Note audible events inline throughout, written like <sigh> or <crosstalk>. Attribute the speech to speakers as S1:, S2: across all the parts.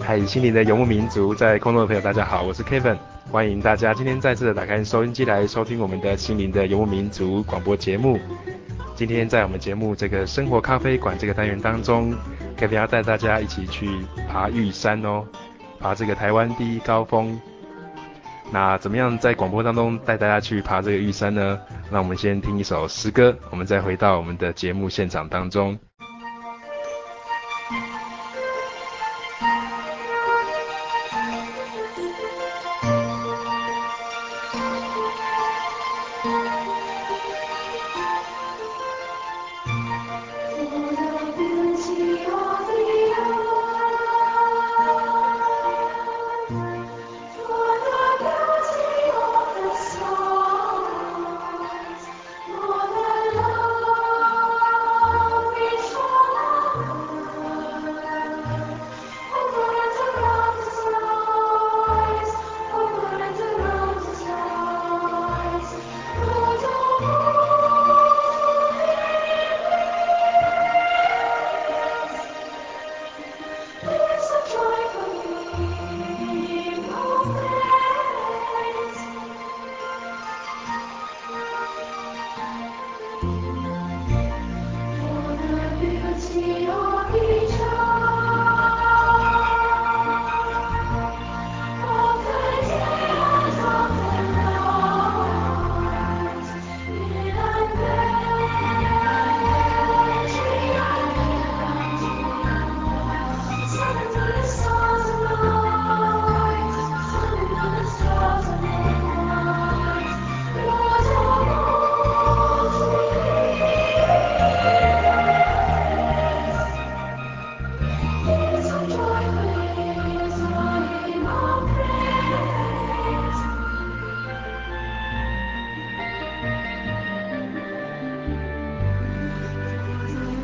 S1: 嗨，心灵的游牧民族，在空中的朋友，大家好，我是 Kevin，欢迎大家今天再次的打开收音机来收听我们的心灵的游牧民族广播节目。今天在我们节目这个生活咖啡馆这个单元当中，Kevin 要带大家一起去爬玉山哦，爬这个台湾第一高峰。那怎么样在广播当中带大家去爬这个玉山呢？那我们先听一首诗歌，我们再回到我们的节目现场当中。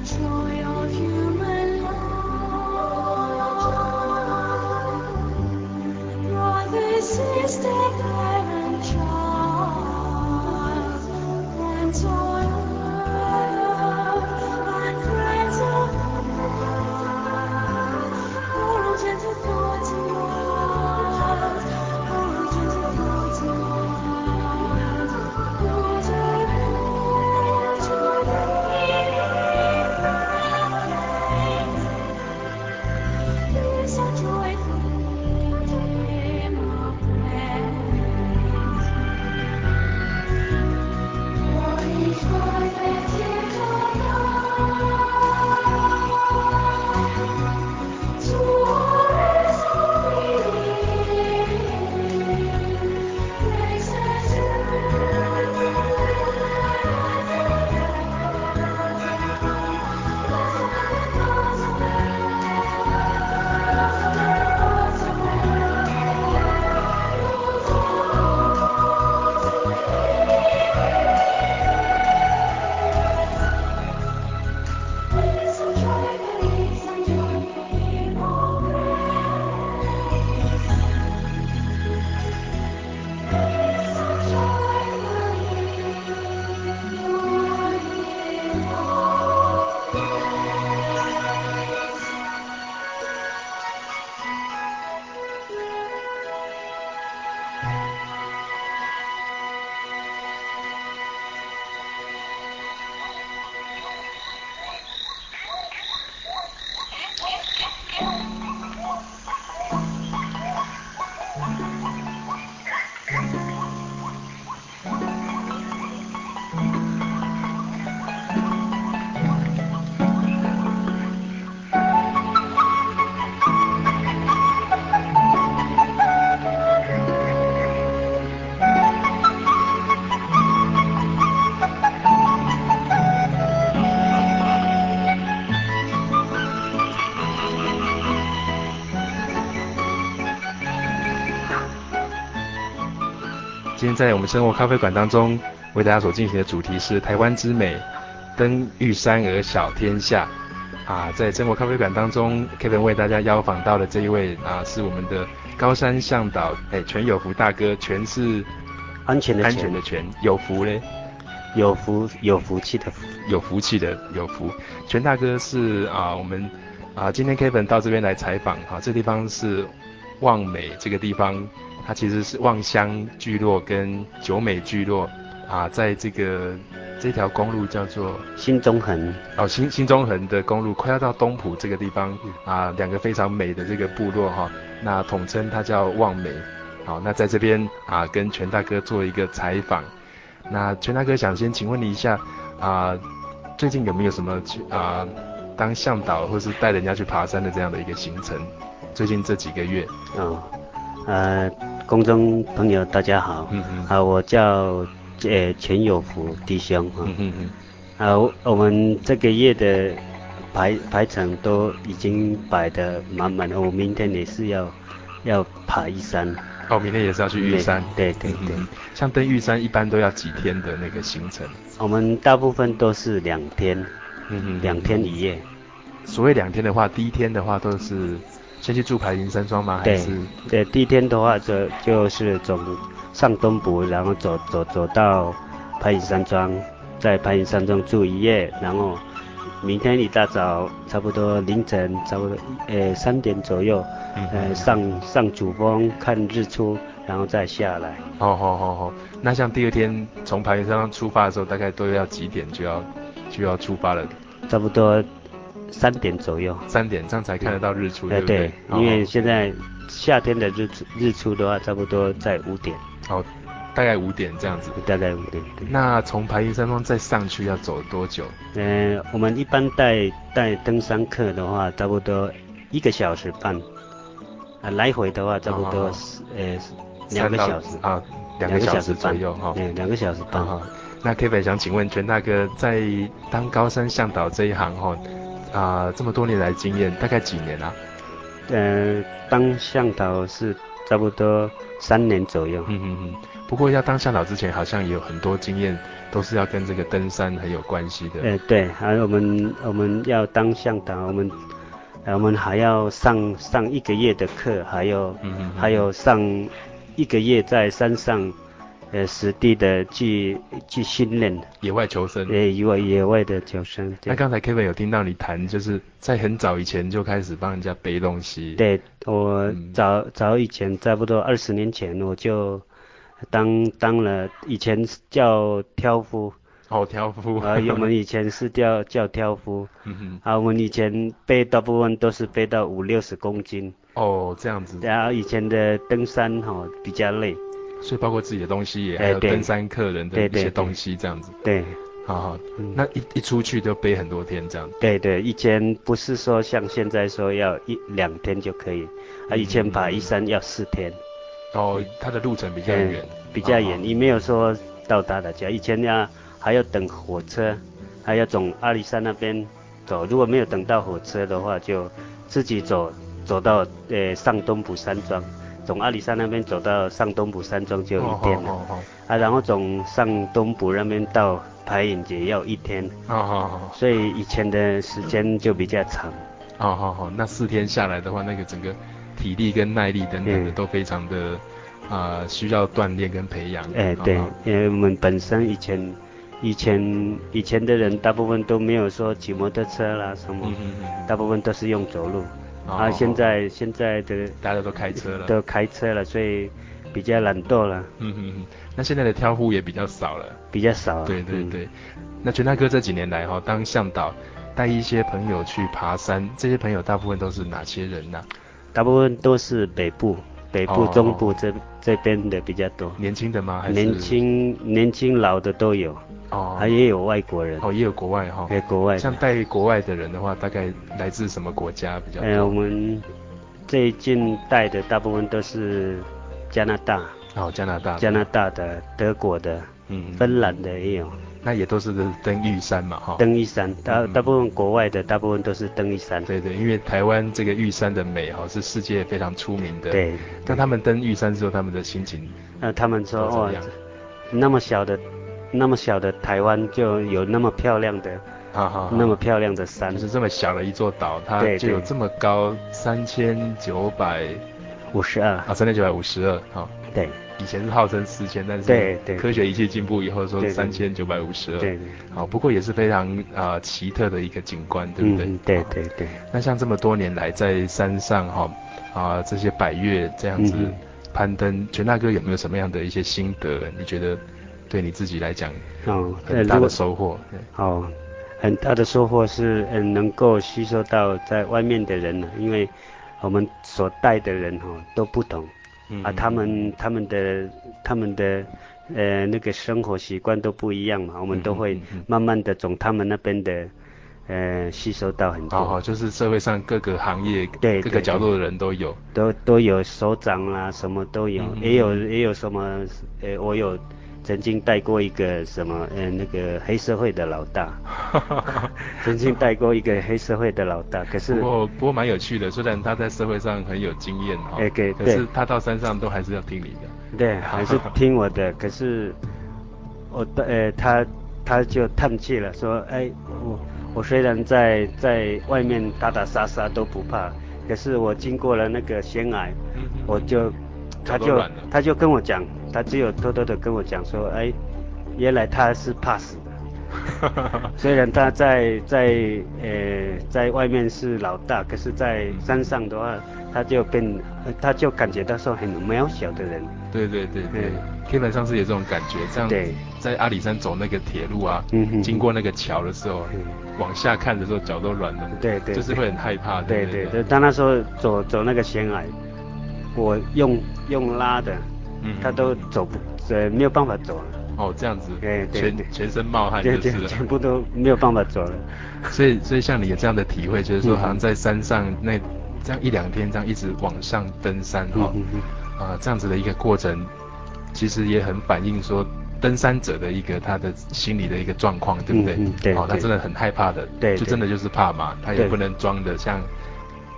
S2: Joy of human life, brother, sister, parent, child, friends on earth and friends of God, all gentle thoughts and minds, all gentle thoughts and minds, Lord, Peace and joy from Him our praise. For each perfect gift of love, to all is holy
S1: 今天在我们生活咖啡馆当中，为大家所进行的主题是台湾之美，登玉山而小天下。啊，在生活咖啡馆当中，Kevin 为大家邀访到的这一位啊，是我们的高山向导，哎，全有福大哥，全是
S3: 安全的
S1: 安
S3: 钱
S1: 全的全，有福嘞，
S3: 有福有福气的福。
S1: 有福气的有福。全大哥是啊，我们啊，今天 Kevin 到这边来采访啊哈、这地方是望美这个地方，它其实是望乡聚落跟九美聚落啊，在这个这条公路叫做
S3: 新中横
S1: 哦新新中横的公路，快要到东浦这个地方啊，两个非常美的这个部落哈、那统称它叫望美。好，那在这边啊，跟全大哥做一个采访。那全大哥想先请问你一下啊，最近有没有什么去啊当向导或是带人家去爬山的这样的一个行程？最近这几个月，
S3: 哦，呃，公众朋友大家好，
S1: 嗯嗯
S3: 啊，我叫呃全有福弟兄哈，
S1: 嗯嗯嗯，
S3: 啊，我我们这个月的排排程都已经摆得满满的，我明天也是要要爬一山，
S1: 哦，明天也是要去玉山，
S3: 对对
S1: 嗯嗯
S3: 对
S1: 嗯像登玉山一般都要几天的那个行程，
S3: 我们大部分都是两天，
S1: 嗯嗯，
S3: 两天一夜，
S1: 所谓两天的话，第一天的话都是先去住排云山庄吗？还
S3: 对
S1: 是
S3: 对，第一天的话就就是从上东部，然后走走走到白云山庄，在白云山庄住一夜，然后明天一大早差不多凌晨差不多呃三点左右，
S1: 嗯
S3: 呃上上主峰看日出，然后再下来。
S1: 哦好好好，那像第二天从排云山庄出发的时候，大概都要几点就要就要出发了？
S3: 差不多三点左右。
S1: 三点这样才看得到日出，对
S3: 呃
S1: 不
S3: 对，
S1: 哦
S3: 因为现在夏天的日出日出的话，差不多在五点，
S1: 哦，大概五点这样子。
S3: 大概五点。对。
S1: 那从白云山庄再上去要走多久？
S3: 嗯，我们一般带带登山客的话，差不多一个小时半，啊，来回的话差不多
S1: 哦
S3: 是、呃两个
S1: 三到
S3: 小时，
S1: 啊，两
S3: 个
S1: 个小
S3: 时
S1: 时左
S3: 半
S1: 右哈。
S3: 嗯，两个小时半。
S1: 啊，那 Kevin 想请问全大哥，在当高山向导这一行哈，啊、这么多年来经验，大概几年啊？
S3: 呃，当向导是差不多三年左右。
S1: 嗯嗯嗯。不过要当向导之前，好像也有很多经验，都是要跟这个登山很有关系的。
S3: 呃，对，还有我们我们要当向导，我们呃我们还要上上一个月的课，还有
S1: 嗯嗯嗯
S3: 还有上一个月在山上呃实地的去去训练。
S1: 野外求生。
S3: 对，野外野外的求生，
S1: 那
S3: 对，
S1: 刚才 Kevin 有听到你谈，就是在很早以前就开始帮人家背东西。。
S3: 对我
S1: 嗯
S3: 早早以前差不多二十年前我就当当了，以前是叫挑夫，
S1: 哦，挑夫。
S3: 啊，我们以前是叫叫挑夫，
S1: <laughs> 嗯哼。
S3: 啊，我们以前背大部分都是背到五六十公斤，
S1: 哦，这样子。
S3: 然后以前的登山哈、哦、比较累，
S1: 所以包括自己的东西也，还
S3: 哎
S1: 有
S3: 对
S1: 登山客人的
S3: 对
S1: 一
S3: 对
S1: 些
S3: 对
S1: 东西，这样子。
S3: 对
S1: 好好，
S3: 嗯
S1: 那一一出去就背很多天这样子。
S3: 对对，以前不是说像现在说要一两天就可以，啊，以
S1: 嗯
S3: 前爬一山要四天。
S1: 哦，它的路程比较
S3: 嗯
S1: 远，
S3: 比较
S1: 哦
S3: 远，也没有说到达的家。以前
S1: 啊
S3: 呀还要等火车，还要从阿里山那边走。如果没有等到火车的话，就自己走走到呃上东浦山庄，从阿里山那边走到上东浦山庄就一天了、
S1: 哦哦
S3: 啊，然后从上东浦那边到排影节要一天，
S1: 哦哦哦
S3: 所以以前的时间就比较长。
S1: 哦哦哦哦，那四天下来的话，那个整个体力跟耐力等等的
S3: 嗯
S1: 都非常的啊、需要锻炼跟培养。
S3: 哎、对
S1: 哦，
S3: 因为我们本身以前。以前以前的人大部分都没有说骑摩托车啦什么，
S1: 嗯嗯嗯
S3: 大部分都是用走路。
S1: 嗯，
S3: 啊，
S1: 哦
S3: 现
S1: 哦
S3: 在现在的
S1: 大家都开车了，
S3: 都开车了，所以比较懒惰了，
S1: 嗯嗯嗯，那现在的挑夫也比较少了。
S3: 比较少了。
S1: 对对
S3: 嗯
S1: 对，那全大哥这几年来哈、哦，当向导带一些朋友去爬山，这些朋友大部分都是哪些人啊呢、
S3: 大部分都是北部、北部、
S1: 哦
S3: 中部这这边的比较多，
S1: 年轻的吗？还是
S3: 年轻年轻老的都有，
S1: 哦，
S3: 还也有外国人，
S1: 哦也有国外哈、
S3: 在国外的。
S1: 像带国外的人的话，大概来自什么国家比较多？
S3: 呃，我们最近带的大部分都是加拿大、
S1: 哦，加拿大，
S3: 加拿大的、德国的、
S1: 嗯，
S3: 芬兰的也有，
S1: 那也都是登玉山嘛，哈、
S3: 登玉山，大
S1: 嗯
S3: 大部分国外的大部分都是登玉山。
S1: 对对，因为台湾这个玉山的美哈、是世界非常出名的。。
S3: 对。
S1: 当他们登玉山之后，他们的心情
S3: 那他们说
S1: 都怎么
S3: 哇
S1: 样，
S3: 那么小的那么小的台湾就有那么漂亮的
S1: 好好，
S3: 那么漂亮的山
S1: 就，是这么小的一座岛，它
S3: 对
S1: 就有
S3: 对
S1: 这么高，三千九百
S3: 五十二，
S1: 啊，三千九百五十二，好，
S3: 对
S1: 以前是号称四千，但
S3: 对
S1: 是
S3: 对
S1: 科学仪器进步以后说
S3: 对对
S1: 三千九百五十二，
S3: 对对，
S1: 好，不过也是非常啊、呃奇特的一个景观，对不对？
S3: 嗯对对对，
S1: 那像这么多年来在山上哈啊、这些百越这样子
S3: 嗯哼
S1: 攀登，全大哥有没有什么样的一些心得？你觉得对你自己来讲
S3: 哦，呃
S1: 很
S3: 如
S1: 大
S3: 果
S1: 的收获？对
S3: 哦，很大的收获是，嗯，能够吸收到在外面的人呢，啊因为我们所带的人哈、都不同
S1: 嗯
S3: 啊，他们他们的他们的呃那个生活习惯都不一样嘛，我们都
S1: 嗯
S3: 会
S1: 嗯嗯
S3: 慢慢的从他们那边的呃吸收到很
S1: 好
S3: 多，
S1: 好，就是社会上各个行业、
S3: 对
S1: 各个
S3: 对
S1: 角落的人都
S3: <laughs>
S1: 有。
S3: 都都有手掌啦、什么都有，
S1: 嗯嗯
S3: 也有也有什么呃，我有曾经带过一个什么呃那个黑社会的老
S1: <laughs>
S3: 大。曾经带过一个黑社会的老大，可是
S1: 不过不过蛮有趣的，虽然他在社会上很有经验哈，
S3: 哎对
S1: 可
S3: 对
S1: 是他到山上都还是要听你的。
S3: 对还是听我
S1: <laughs>
S3: 的，可是我的呃他他就叹气了，说哎我我虽然在在外面打打杀杀都不怕，可是我经过了那个悬崖，我就他
S1: 嗯脚都
S3: 就
S1: 软了
S3: 他就跟我讲，他只有偷偷的跟我讲说，哎原来他是怕死的。
S1: <laughs>
S3: 虽然他在在呃在外面是老大，可是，在山上的话，他就变，呃他就感觉到说很渺小的人。
S1: 对对对对
S3: 嗯
S1: ，Kevin 上次有这种感觉，这样
S3: 对
S1: 在阿里山走那个铁路啊
S3: 嗯，哼
S1: 经过那个桥的时候
S3: 嗯，
S1: 往下看的时候脚都软了，
S3: 对对
S1: 就是会很害怕，
S3: 对
S1: 不
S3: 对
S1: 啊对
S3: 对，他那时候走走那个悬崖，我用用拉的
S1: 嗯，
S3: 他都走不，呃，没有办法走了。
S1: 哦，这样子，
S3: 对对对
S1: 全全身冒汗就
S3: 对对
S1: 是，了。
S3: 全部都没有办法
S1: <laughs>
S3: 走了。
S1: 所以，所以像你有这样的体会，就是说，
S3: 嗯
S1: 好像在山上那这样一两天，这样一直往上登山
S3: <laughs>
S1: 哈，啊、
S3: 嗯嗯
S1: 这样子的一个过程，其实也很反映说登山者的一个他的心理的一个状况，对不对？
S3: 嗯嗯对
S1: 哦，他
S3: 对
S1: 真的很害怕的，
S3: 对
S1: 就
S3: 对
S1: 真的就是怕嘛，他也
S3: 对
S1: 不能装的像，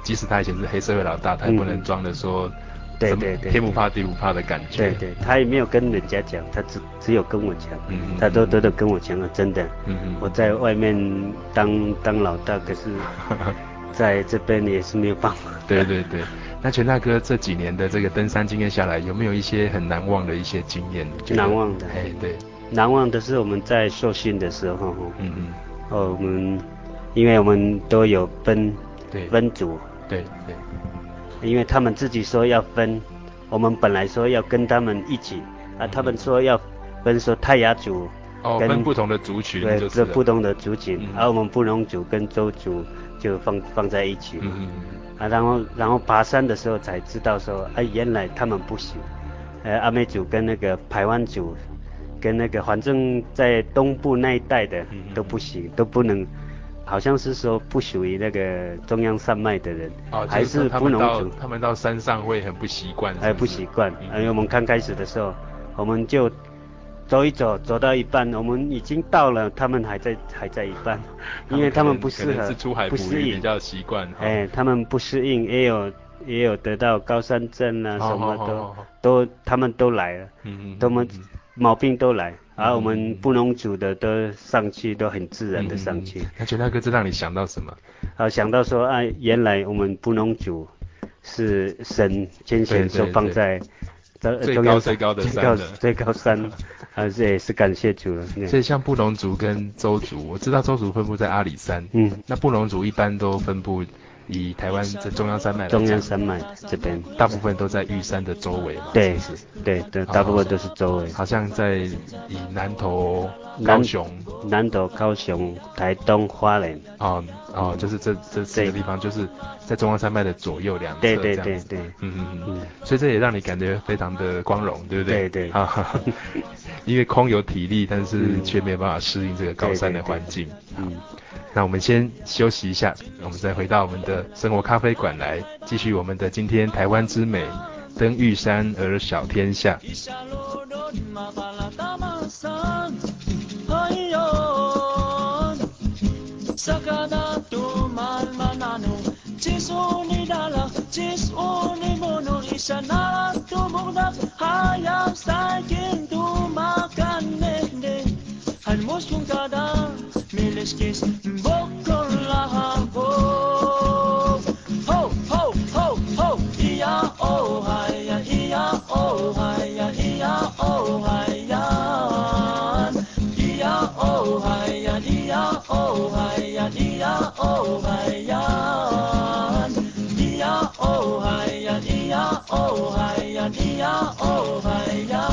S1: 即使他以前是黑社会老大，他也不能
S3: 嗯
S1: 装的说，
S3: 对
S1: 什么
S3: 对对
S1: 天不怕地不怕的感觉，
S3: 对对，他也没有跟人家讲，他只只有跟我讲，
S1: 嗯嗯
S3: 他偷
S1: 嗯
S3: 偷的跟我讲了，真的，
S1: 嗯嗯
S3: 我在外面当当老大，可是在这边也是没有办法。
S1: <laughs> 对对对。那全大哥这几年的这个登山经验下来，有没有一些很难忘的一些经验？你觉得
S3: 难忘的
S1: 哎，对，
S3: 难忘的是我们在受训的时候，
S1: 嗯嗯，
S3: 哦，我们因为我们都有分
S1: 对，
S3: 分组，
S1: 对对，
S3: 因为他们自己说要分，我们本来说要跟他们一起，啊，他们说要分说泰雅组，
S1: 嗯哦，
S3: 跟
S1: 分不同的族群
S3: 对，
S1: 就是
S3: 这
S1: 了
S3: 不，同的族群，
S1: 嗯
S3: 而、我们布农族跟周族就放放在一起嘛。
S1: 嗯嗯嗯，
S3: 啊，然后然后爬山的时候才知道说，啊，原来他们不行。呃，阿美族跟那个排湾族，跟那个反正在东部那一带的
S1: 嗯嗯
S3: 都不行，都不能，好像是说不属于那个中央山脉的人，
S1: 哦，
S3: 还
S1: 就是说他
S3: 布
S1: 们
S3: 农
S1: 到
S3: 族，
S1: 他们到山上会很不习惯，
S3: 哎，
S1: 是
S3: 不
S1: 是
S3: 习惯。
S1: 嗯
S3: 因为我们刚开始的时候，我们就走一走，走到一半，我们已经到了，他们还在还在一
S1: <laughs>
S3: 半，因为他们不
S1: 可
S3: 适
S1: 能可能
S3: 合
S1: 是出海，
S3: 不
S1: 捕
S3: 适
S1: 鱼比
S3: 应。
S1: 较习惯，哈
S3: 哎，他们不适应，也有也有得到高山症啊，
S1: 好
S3: 什么
S1: 好好好好
S3: 都都他们都来了，
S1: 哦嗯嗯，
S3: 他们
S1: 嗯嗯
S3: 毛病都来，而我
S1: 嗯
S3: 们布农族的都上去都很自然的上去
S1: 嗯嗯，嗯那全大哥这让你想到什么？
S3: 啊，想到说啊，原来我们布农族是神
S1: 对
S3: 天
S1: 对
S3: 选就放
S1: 对
S3: 在。中
S1: 最
S3: 中
S1: 高
S3: 央
S1: 最高的
S3: 最
S1: 山
S3: 高
S1: 了
S3: 最高山，啊，这也是感谢主了。对
S1: 所以像布农族跟周族，我知道周族分布在阿里山，
S3: 嗯，
S1: 那布农族一般都分布以台湾这中央山脉来讲
S3: 中央山脉这边，
S1: 大部分都在玉山的周围嘛，
S3: 对
S1: 是不是
S3: 对对，大部分都是周围。
S1: 好像在以南投、
S3: 南
S1: 高雄，
S3: 南投、高雄、台东、花莲，
S1: 哦哦，就是这这四个地方，就是在中央山脉的左右两侧
S3: 对
S1: 这
S3: 对
S1: 样
S3: 对
S1: 子
S3: 对，
S1: 嗯嗯嗯，
S3: 嗯，
S1: 所以这也让你感觉非常的光荣，对不对？
S3: 对对
S1: 啊，哈
S3: <laughs>
S1: 哈因为空有体力，但是
S3: 嗯
S1: 却没办法适应这个高山的
S3: 对对对
S1: 环境。
S3: 嗯，
S1: 那我们先休息一下，我们再回到我们的生活咖啡馆来，继续我们的今天台湾之美，登玉山而小天下。
S4: Isalodon mapalatamansan Hayon Sakana tu malmananu
S2: Cisonidala, Cisunimono, Isanala, Tumugdap, Hayam, Staikin, Tumakanende, and Muskungada, Miliskis, Bokola, Ho, Ho, Ho, Ho, Ho, Ia, Oh, Haya, Ia, Oh, Haya, Ia, Oh, Haya, Ia, Oh, Haya, Ia, Oh, Haya, Ia, Oh, Haya, Ia, Oh, Haya, Ia, Oh, Haya, Ia, Oh, Haya,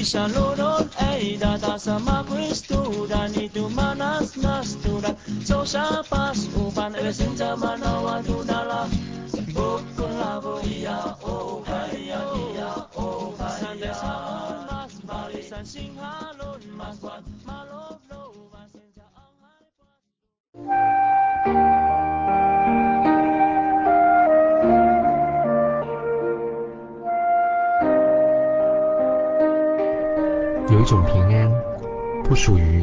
S2: Ishaluron eida tasama kristuda nitu manas nastuda sosa pas upan resinta manawa dunala bukula boia o kaya ia o kaya mas balisan singhalon mas kuat maloblo wasenja ang haripan.
S5: 有一种平安不属于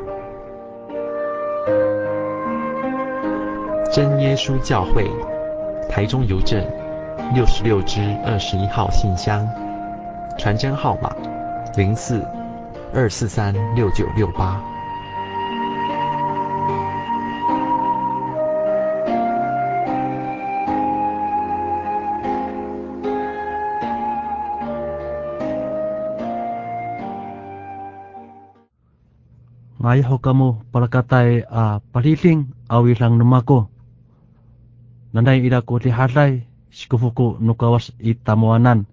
S5: 真耶稣教会，台中邮政六十六支二十一号信箱，传真号码零四二四三六九六八。
S6: ngai ho kamu palakatai a paliling awi lang numako. Nandai ida ko lihatai sikufuku nukawas i tamuanan.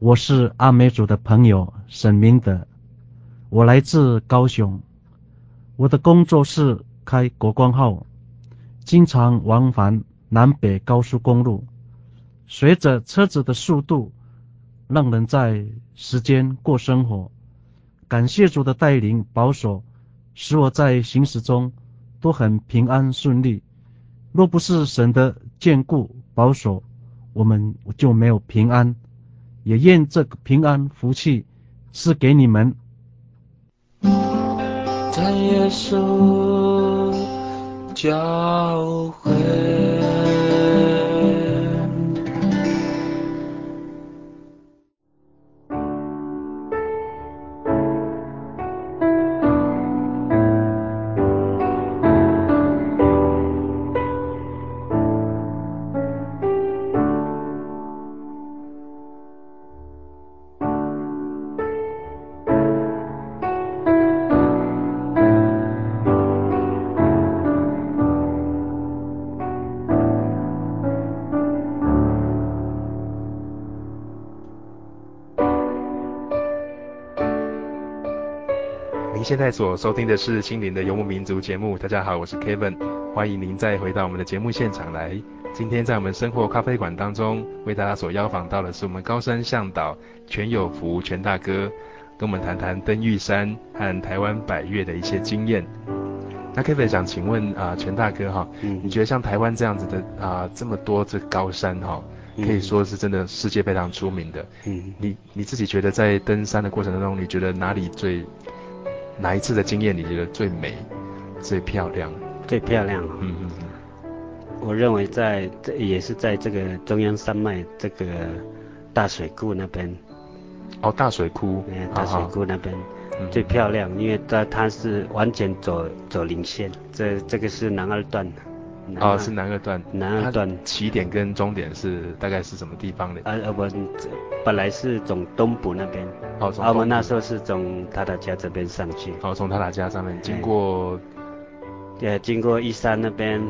S6: 我是阿美族的朋友沈明德，我来自高雄，我的工作是开国光号，经常往返南北高速公路。随着车子的速度，让人在时间过生活。感谢主的带领保守，使我在行驶中都很平安顺利。若不是神的眷顾保守，我们就没有平安。也愿这个平安福气是给你们。
S2: 在耶稣教会。
S1: 您现在所收听的是《心灵的游牧民族》节目。大家好，我是 Kevin，欢迎您再回到我们的节目现场来。今天在我们生活咖啡馆当中，为大家所邀访到的是我们高山向导全有福全大哥，跟我们谈谈登玉山和台湾百越的一些经验。那 Kevin 想请问啊、呃全大哥哈、
S3: 嗯
S1: 你觉得像台湾这样子的啊、这么多这高山哈、可以说是真的世界非常出名的。
S3: 嗯，
S1: 你你自己觉得在登山的过程当中，你觉得哪里最哪一次的经验你觉得最美、最漂亮？
S3: 最漂亮哦。
S1: 嗯嗯
S3: 我认为在这也是在这个中央山脉这个大水库那边，
S1: 嗯。哦，大水库
S3: 哎，
S1: 好
S3: 大水
S1: 好
S3: 库那边
S1: 嗯
S3: 最漂亮，因为它它是完全走走零线，这这个是南二段。南
S1: 哦，
S3: 二
S1: 是南二段。
S3: 南二段
S1: 它起点跟终点是大概是什么地方的？
S3: 啊呃，我们这本来是从东部那边，
S1: 哦，从
S3: 啊，我们那
S1: 东
S3: 时候是从他的家这边上去，
S1: 哦，从塔塔加上面经
S3: 哎
S1: 过
S3: 呃，经过一山那边，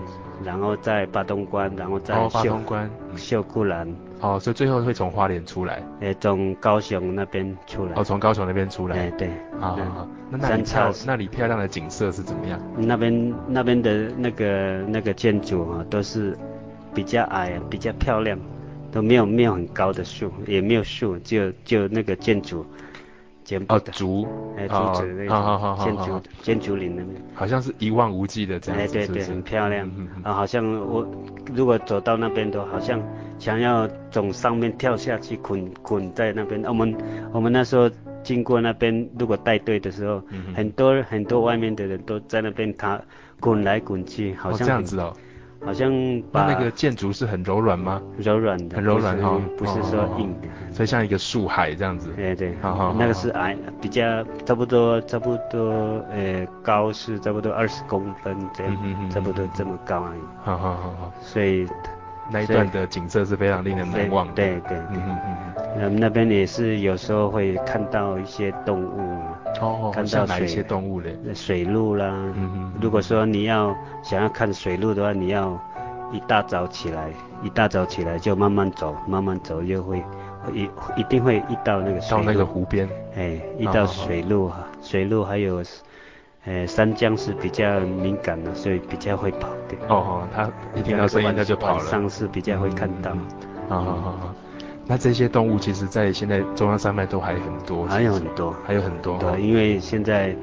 S3: 然后在八东关，然后在
S1: 哦八
S3: 秀
S1: 通关，嗯
S3: 秀姑兰，
S1: 哦，所以最后会从花莲出来，
S3: 呃，从高雄那边出来
S1: 哦，，从高雄那边出
S3: 哎
S1: 来。
S3: 对，
S1: 好好
S3: 嗯
S1: 好，那那里
S3: 三
S1: 漂
S3: 岔是
S1: 那里漂亮的景色是怎么样？
S3: 那边那边的那个那个建筑啊，都是比较矮，比较漂亮，都没有没有很高的树，也没有树，就就那个建筑，柬埔
S1: 哦，
S3: 寨，
S1: 竹
S3: 哎，
S1: 哦
S3: 竹子那
S1: 好好好好
S3: 种建
S1: 好
S3: 筑
S1: 好
S3: 建筑林那边。
S1: 好像是一望无际的这样
S3: 哎，
S1: 子，
S3: 对
S1: 是不
S3: 对，
S1: 是
S3: 很漂亮
S1: 嗯嗯嗯
S3: 啊！好像我如果走到那边的话，好像想要从上面跳下去，滚滚在那边。我们我们那时候经过那边，如果带队的时候，
S1: 嗯哼
S3: 很多很多外面的人都在那边他滚来滚去，好
S1: 哦
S3: 像
S1: 这样子哦。
S3: 很好像把
S1: 那那个建筑是很柔软吗？
S3: 柔软的，
S1: 很柔软
S3: 不是
S1: 哦
S3: 不是
S1: 哦哦
S3: 说
S1: 哦
S3: 硬的。
S1: 所以像一个树海这样子。
S3: 对对，
S1: 好好好
S3: 那个是矮，比较差不多差不多，呃，高是差不多二十公分这样，
S1: 嗯哼嗯哼
S3: 差不多
S1: 嗯哼
S3: 这么高而已。
S1: 好好好好，
S3: 所以
S1: 那一
S3: 所以
S1: 段的景色是非常令人难忘的。
S3: 对对
S1: 嗯哼嗯哼。
S3: 嗯，那边也是有时候会看到一些动物，
S1: 哦，
S3: 看到
S1: 像哪一
S3: 水
S1: 些动物嘞？
S3: 水鹿啦。
S1: 嗯哼
S3: 如果说你要想要看水鹿的话，你要一大早起来，一大早起来就慢慢走，慢慢走就会一一定会遇到那个水
S1: 到
S3: 鹿。
S1: 那个哦湖边，
S3: 哎，遇
S1: 好好
S3: 到
S1: 好
S3: 水鹿，水鹿还有，呃，山江是比较敏感的，所以比较会跑的。
S1: 哦哦，他一听到声音他就跑
S3: 晚
S1: 了。
S3: 上是比较会看到。
S1: 嗯嗯嗯好好好好，那这些动物其实，在现在中央山脉都还很多，
S3: 还有很多，
S1: 还有很多嗯哦。
S3: 对，因为现在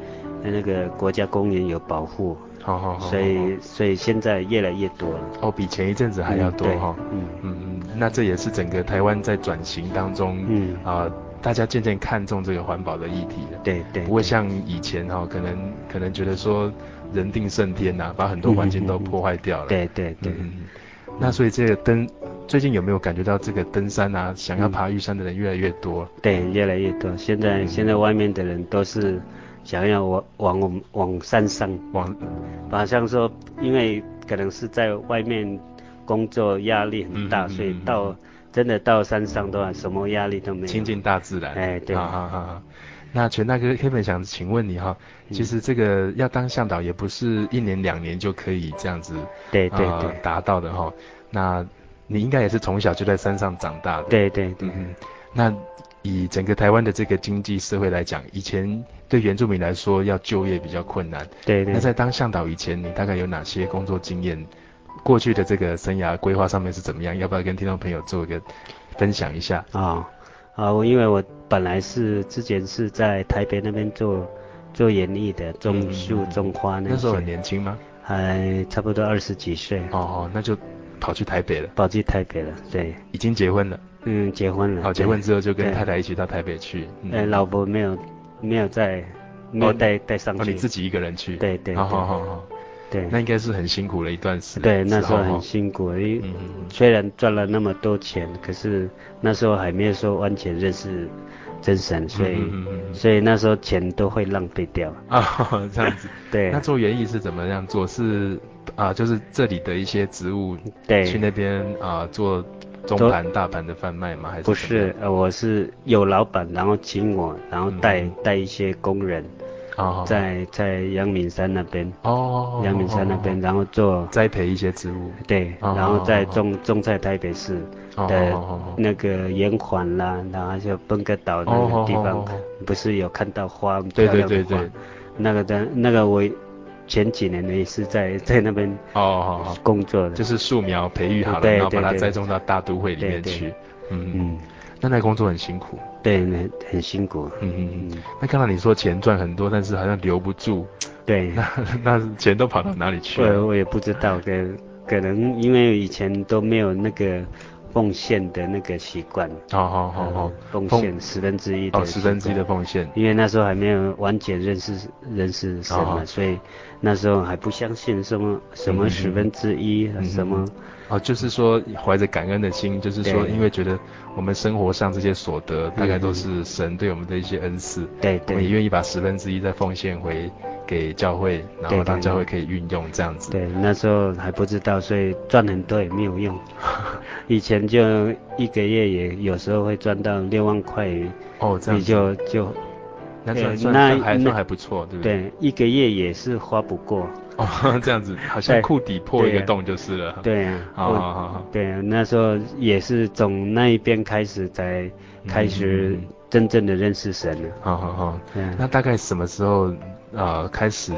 S3: 呃那个国家公园有保护，
S1: 好好好，
S3: 所以所以现在越来越多了，
S1: 哦，比前一阵子哦还要多
S3: 嗯对
S1: 哈。
S3: 嗯
S1: 嗯嗯，那这也是整个台湾在转型当中，
S3: 嗯
S1: 啊，大家渐渐看重这个环保的议题了。
S3: 对对，
S1: 不会
S3: 对
S1: 像以前哈、哦，可能可能觉得说人定胜天呐、把很多环境都破坏掉了。
S3: 对对对，
S1: 嗯，那所以这个登，最近有没有感觉到这个登山啊，想要爬玉山的人越来越多？
S3: 对，越来越多。现在、
S1: 嗯
S3: 现在外面的人都是想要往往我们往山上，
S1: 往
S3: 好像说，因为可能是在外面工作压力很大，
S1: 嗯嗯嗯
S3: 所以
S1: 嗯
S3: 到、真的到山上的话，什么压力都没有。
S1: 亲近啊大自然。
S3: 哎对
S1: 好好好好。那全大哥 Kevin 想请问你哈、
S3: 嗯
S1: 其实这个要当向导也不是一年两年就可以这样子
S3: 对对
S1: 呃
S3: 对
S1: 达到的哈、那你应该也是从小就在山上长大的。
S3: 对对
S1: 嗯，
S3: 对
S1: 哼，那以整个台湾的这个经济社会来讲，以前对原住民来说要就业比较困难。
S3: 对
S1: 那
S3: 对。
S1: 在当向导以前，你大概有哪些工作经验？过去的这个生涯规划上面是怎么样？要不要跟听众朋友做一个分享一下？
S3: 啊啊，我因为我本来是之前是在台北那边做做园艺的，
S1: 嗯嗯
S3: 种树、
S1: 嗯
S3: 种花那
S1: 那时候很
S3: 些，
S1: 年轻吗？
S3: 还差不多二十几岁，
S1: 哦哦，那就跑去台北了，
S3: 跑去台北了。对，
S1: 已经结婚了。
S3: 嗯，结婚了。
S1: 好，哦结
S3: 对
S1: 婚之后就跟
S3: 对
S1: 太太一起到台北去。嗯
S3: 呃，老婆没有没有在，没有
S1: 哦
S3: 带带上
S1: 哦，
S3: 去。
S1: 你自己一个人去？哦
S3: 对对
S1: 好好
S3: 对
S1: 好好，
S3: 对
S1: 那应该是很辛苦的一段时
S3: 对，那时候
S1: 哈
S3: 很辛苦，因为
S1: 嗯嗯嗯
S3: 虽然赚了那么多钱，可是那时候还没有说完全认识真神，所以
S1: 嗯嗯嗯嗯
S3: 所以那时候钱都会浪费掉。
S1: 啊，这样子。
S3: 对
S1: 那做园艺是怎么样做？是啊、就是这里的一些植物，
S3: 对
S1: 去那边啊、做中
S3: 做
S1: 盘、大盘的贩卖吗？还是
S3: 不
S1: 怎么样
S3: 是，呃，我是有老板，然后请我，然后带
S1: 嗯
S3: 带一些工人，
S1: 哦，
S3: 在在阳明山那边，
S1: 哦，
S3: 阳明山那边，
S1: 哦
S3: 然后做
S1: 栽培一些植物。
S3: 对，
S1: 哦
S3: 然后再
S1: 哦哦
S3: 种种在台北市
S1: 哦
S3: 的
S1: 哦哦
S3: 那个圆环啦，然后就奔个岛那
S1: 哦哦
S3: 个地
S1: 哦
S3: 方
S1: 哦，
S3: 不是有看到花，
S1: 对
S3: 漂亮
S1: 对
S3: 的
S1: 对
S3: 花
S1: 对，
S3: 那个的，那个我前几年也是在 <laughs> 在那边
S1: 哦哦哦，
S3: 工作的，
S1: 就是树苗培育好了，
S3: 对
S1: 然后把
S3: 对
S1: 它
S3: 对
S1: 栽种到大都会里面
S3: 对对
S1: 去。嗯嗯
S3: 嗯，，
S1: 那那工作很辛苦。
S3: 对，很很辛苦，
S1: 嗯嗯嗯
S3: 嗯。
S1: 那刚才你说钱赚很多，但是好像留不住， <laughs>
S3: 对，
S1: 那那钱都跑到哪里去啊哦了？
S3: 我我也不知道，可可能因为以前都没有那个奉献的那个习惯，呃
S1: 哦哦哦哦，
S3: 奉
S1: 奉
S3: 献十分之一的
S1: 哦，十分之一
S3: 习
S1: 的
S3: 惯
S1: 奉献。
S3: 因为那时候还没有完全认识认识神嘛，
S1: 哦
S3: 所以那时候还不相信什么什么十分之一、
S1: 嗯
S3: 什么，
S1: 哦，就是说怀着感恩的心，就是说，
S3: 对
S1: 因为觉得我们生活上这些所得，大概都是神对我们的一些恩赐，
S3: 对
S1: 我们也
S3: 对
S1: 愿意把十分之一再奉献回给教会，然后
S3: 对对
S1: 让教会
S3: 对
S1: 可以运用这样子。
S3: 对，那时候还不知道，所以赚很多也没
S1: <laughs>
S3: 有用。以前就一个月也有时候会赚到六万块，
S1: 哦，这样
S3: 你
S1: 子，
S3: 就就
S1: 那
S3: 对
S1: 算算
S3: 那
S1: 算还
S3: 那
S1: 算还不错，对不 <laughs> 对？
S3: 对一个月也是花不过。
S1: 哦，这样子好像
S3: 对
S1: 库底破一个
S3: 对
S1: 洞就是了。，
S3: 对啊，
S1: 好
S3: 我
S1: 好好好，
S3: 对啊，那时候也是从那一边开始才开始真正的认识神了。
S1: 嗯好好好。
S3: 对啊
S1: 那大概什么时候呃开始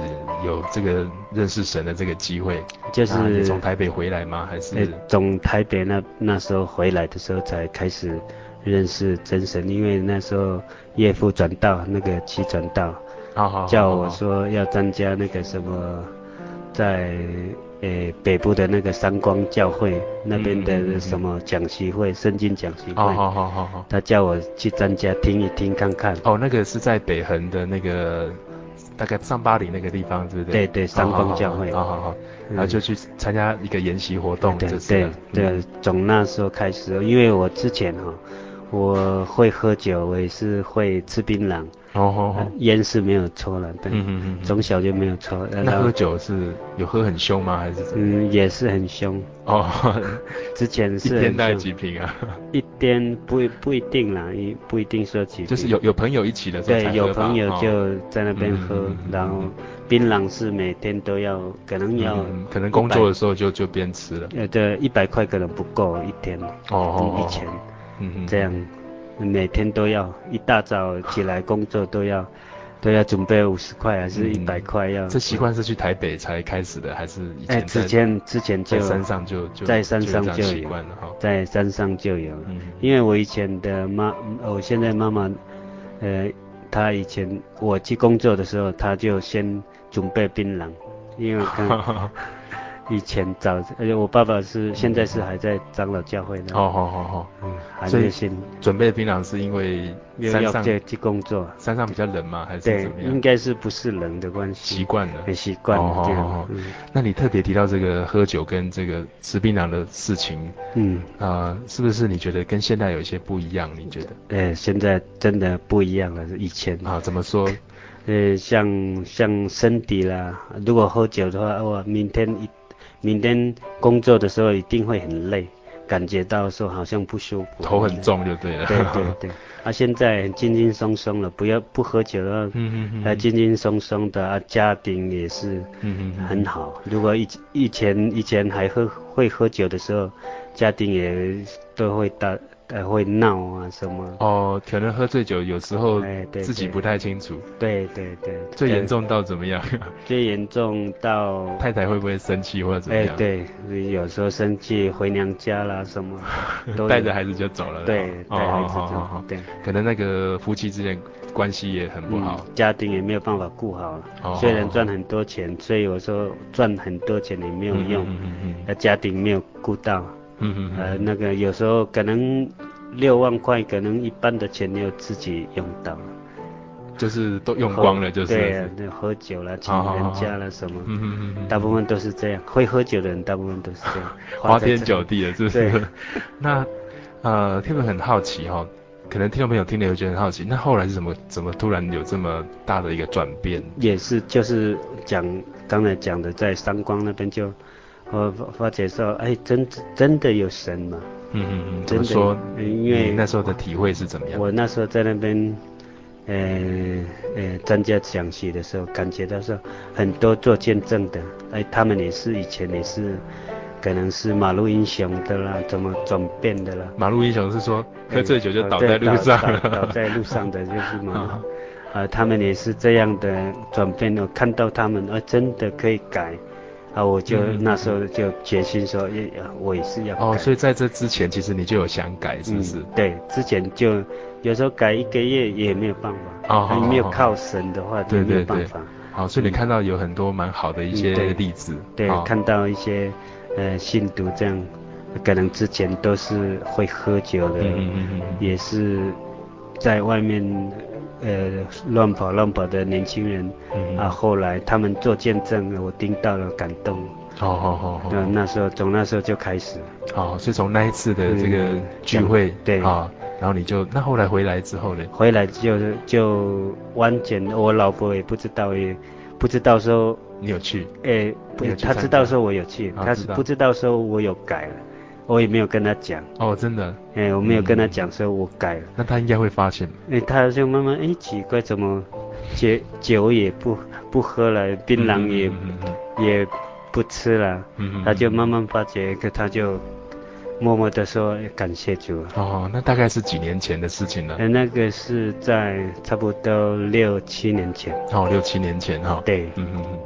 S1: 有这个认识神的这个机会？
S3: 就
S1: 那你
S3: 是
S1: 从台北回来吗？还
S3: 呃
S1: 是
S3: 从台北那那时候回来的时候才开始认识真神，因为那时候岳父转道那个七转道
S1: 好好
S3: 叫我说要参加那个什么，在呃北部的那个三光教会那边
S1: 嗯嗯嗯
S3: 的
S1: 嗯
S3: 什么讲习会，圣经讲习
S1: 哦，
S3: 会，
S1: 好好好好。
S3: 他叫我去参加听一听看看。
S1: 哦，那个是在北横的那个大概上巴黎那个地方，对不对？
S3: 对对三光教会
S1: 好好好，然后
S3: 嗯
S1: 就去参加一个研习活动，
S3: 对
S1: 就是
S3: 对
S1: 了
S3: 对
S1: 嗯，
S3: 从那时候开始，因为我之前哈、我会喝酒，我也是会吃槟榔，
S1: 哦哦
S3: 呃
S1: 哦，
S3: 烟是没有抽了，对，
S1: 嗯嗯嗯嗯。
S3: 从小就没有抽，
S1: 那
S3: 呃然
S1: 喝
S3: 后
S1: 酒是有喝很凶吗？还是怎么样
S3: 嗯也是很凶， <laughs>
S1: 哦，
S3: 之前
S1: 一
S3: 是
S1: 天
S3: 很
S1: 大概
S3: 凶，
S1: 几瓶啊？
S3: 一天不一不一定啦，一不一定说几瓶，
S1: 就是有有朋友一起的时候才
S3: 对
S1: 喝
S3: 有
S1: 吧
S3: 朋友
S1: 哦
S3: 就在那边
S1: 嗯嗯
S3: 喝，
S1: 嗯嗯
S3: 然后槟榔是每天都要，可能要、
S1: 嗯可能工作的时候就就边吃了。
S3: 呃对一百块可能不够一天，
S1: 哦哦哦
S3: 以前。
S1: 嗯嗯，
S3: 这样每天都要一大早起来工作都要都要准备五十块还是一
S1: 嗯
S3: 百块要。
S1: 这习惯是去台北才开始的，还是以
S3: 哎，
S1: 前
S3: 之
S1: 在
S3: 前之前就
S1: 在山上就就
S3: 在山上
S1: 就有这
S3: 就
S1: 样习
S3: 有
S1: 惯了哦哈？
S3: 在山上就有了，
S1: 嗯
S3: 因为我以前的妈，我现在妈妈，呃，她以前我去工作的时候，她就先准备槟榔，因为 <laughs> 看以前早，
S1: <laughs>
S3: 而且我爸爸是现在是还在长老教会的，
S1: 哦，好好好，
S3: 嗯，还
S1: 所以
S3: 没先
S1: 准备槟榔是因为
S3: 又
S1: 山
S3: 要
S1: 上
S3: 再去工作，
S1: 山上比较冷吗？还是
S3: 对
S1: 怎，么
S3: 应
S1: 样？
S3: 该是不是人的关系，
S1: 习惯了
S3: 很。习惯
S1: 哦
S3: 这
S1: 哦哦
S3: 样，嗯
S1: 那你特别提到这个喝酒跟这个吃槟榔的事情
S3: 嗯，
S1: 啊、呃是不是你觉得跟现在有一些不一样？你觉得
S3: 呃，现在真的不一样了，以前
S1: 啊？怎么说？
S3: 呃，像像身体啦，如果喝酒的话，我明天一明天工作的时候一定会很累，感觉到说好像不舒服，
S1: 头很。重就对了。
S3: 对对 <laughs> 对，啊，现在很轻轻松松了，不要不喝酒了，
S1: <laughs> 嗯嗯嗯
S3: 还轻轻松松的啊，家庭也是
S1: 嗯嗯
S3: 很好。如果以以前以前还喝会喝酒的时候，家庭也都会打呃会闹啊什么，
S1: 哦，可能喝醉酒有时候
S3: 哎对
S1: 哦自己
S3: 对
S1: 不太清楚，
S3: 对对对，
S1: 最严
S3: 对
S1: 重到怎么样？ <laughs>
S3: 最严重到
S1: 太太会不会生气或者怎么
S3: 哎、
S1: 样？，
S3: 对，有时候生气回娘家啦
S1: <laughs>
S3: 什么，都有
S1: 带着孩子就走了。
S3: 对
S1: 哦
S3: 带孩
S1: 哦哦
S3: 子
S1: 哦
S3: 走
S1: 哦，
S3: 对，
S1: 可能那个夫妻之间关系也很不好。
S3: 嗯，家庭也没有办法顾好
S1: 哦
S3: 了。虽然赚很多钱，所以我说赚很多钱也没有用，
S1: 嗯嗯
S3: 那家庭没有顾到，
S1: 嗯嗯
S3: 呃，
S1: 嗯
S3: 那个有时候可能六万块，可能一般的钱没有自己用到，
S1: 嗯，就是都用光了，就是。
S3: 对啊，那喝酒啦，请
S1: 哦
S3: 人家啦什么，
S1: 嗯嗯嗯嗯，
S3: 大部分都是这样，会喝酒的人大部分都是这样，
S1: <laughs> 花
S3: 在
S1: 天
S3: 这
S1: 酒地的，是不
S3: 对
S1: 是？那呃，听众很好奇哈、哦，可能听众朋友听了也觉得很好奇，那后来是怎么怎么突然有这么大的一个转变？
S3: 也是就是讲刚才讲的，在三光那边就我发发觉说，哎，真真的有神嘛？
S1: 嗯嗯嗯，怎
S3: 真
S1: 么
S3: 的，
S1: 说？
S3: 因为
S1: 你那时候的体会是怎么样？
S3: 我那时候在那边，呃呃，参加讲习的时候，感觉到说很多做见证的，哎，他们也是以前也是，可能是马路英雄的啦，怎么转变的啦，
S1: 马路英雄是说喝醉酒就
S3: 哎
S1: 倒在路
S3: 倒
S1: 上
S3: 倒倒
S1: 了，
S3: 在路上的就是
S1: 啊 <laughs>
S3: 嘛，啊，他们也是这样的转变，我看到他们，啊，真的可以改，啊，我就、
S1: 嗯嗯嗯
S3: 那时候就决心说，也啊我也是要改。
S1: 哦，所以在这之前，其实你就有想改，是不是？
S3: 嗯？对，之前就有时候改一个月也没有办法，
S1: 哦好
S3: 你没有
S1: 好好
S3: 靠神的话就
S1: 对
S3: 没有
S1: 对
S3: 办
S1: 对
S3: 法。
S1: 好，所以你看到有很多蛮好的一些
S3: 嗯对
S1: 例子，
S3: 对，
S1: 好
S3: 看到一些呃信徒这样，可能之前都是会喝酒的，
S1: 嗯嗯嗯嗯嗯
S3: 也是在外面呃乱跑乱跑的年轻人，
S1: 嗯
S3: 啊，后来他们做见证了，我听到了感动，
S1: 好好好好
S3: 那、那时候从那时候就开始，
S1: 好，所以从那一次的这个聚会，
S3: 嗯对
S1: 好，然后你就那后来回来之后呢？
S3: 回来就就完全我老婆也不知道也不知道说
S1: 你有去？
S3: 诶、不
S1: 你有去
S3: 他
S1: 参
S3: 知道
S1: 加
S3: 说我有去，
S1: 啊
S3: 他
S1: 知
S3: 是
S1: 道
S3: 不知道说我有改了，我也没有跟他讲，
S1: 哦，真的，
S3: 诶、我没有跟他
S1: 嗯
S3: 讲说我改了，
S1: 那他应该会发现，
S3: 诶、他就慢慢诶、奇怪怎么酒酒也不不喝了，槟榔也、
S1: 嗯嗯嗯嗯
S3: 也不吃了，
S1: 嗯嗯嗯
S3: 他就慢慢发觉，可他就默默的说哎感谢主。
S1: 哦，那大概是几年前的事情了
S3: 呃，，那个是在差不多六七年前，
S1: 哦，六七年前哈、哦。
S3: 对，
S1: 嗯嗯嗯。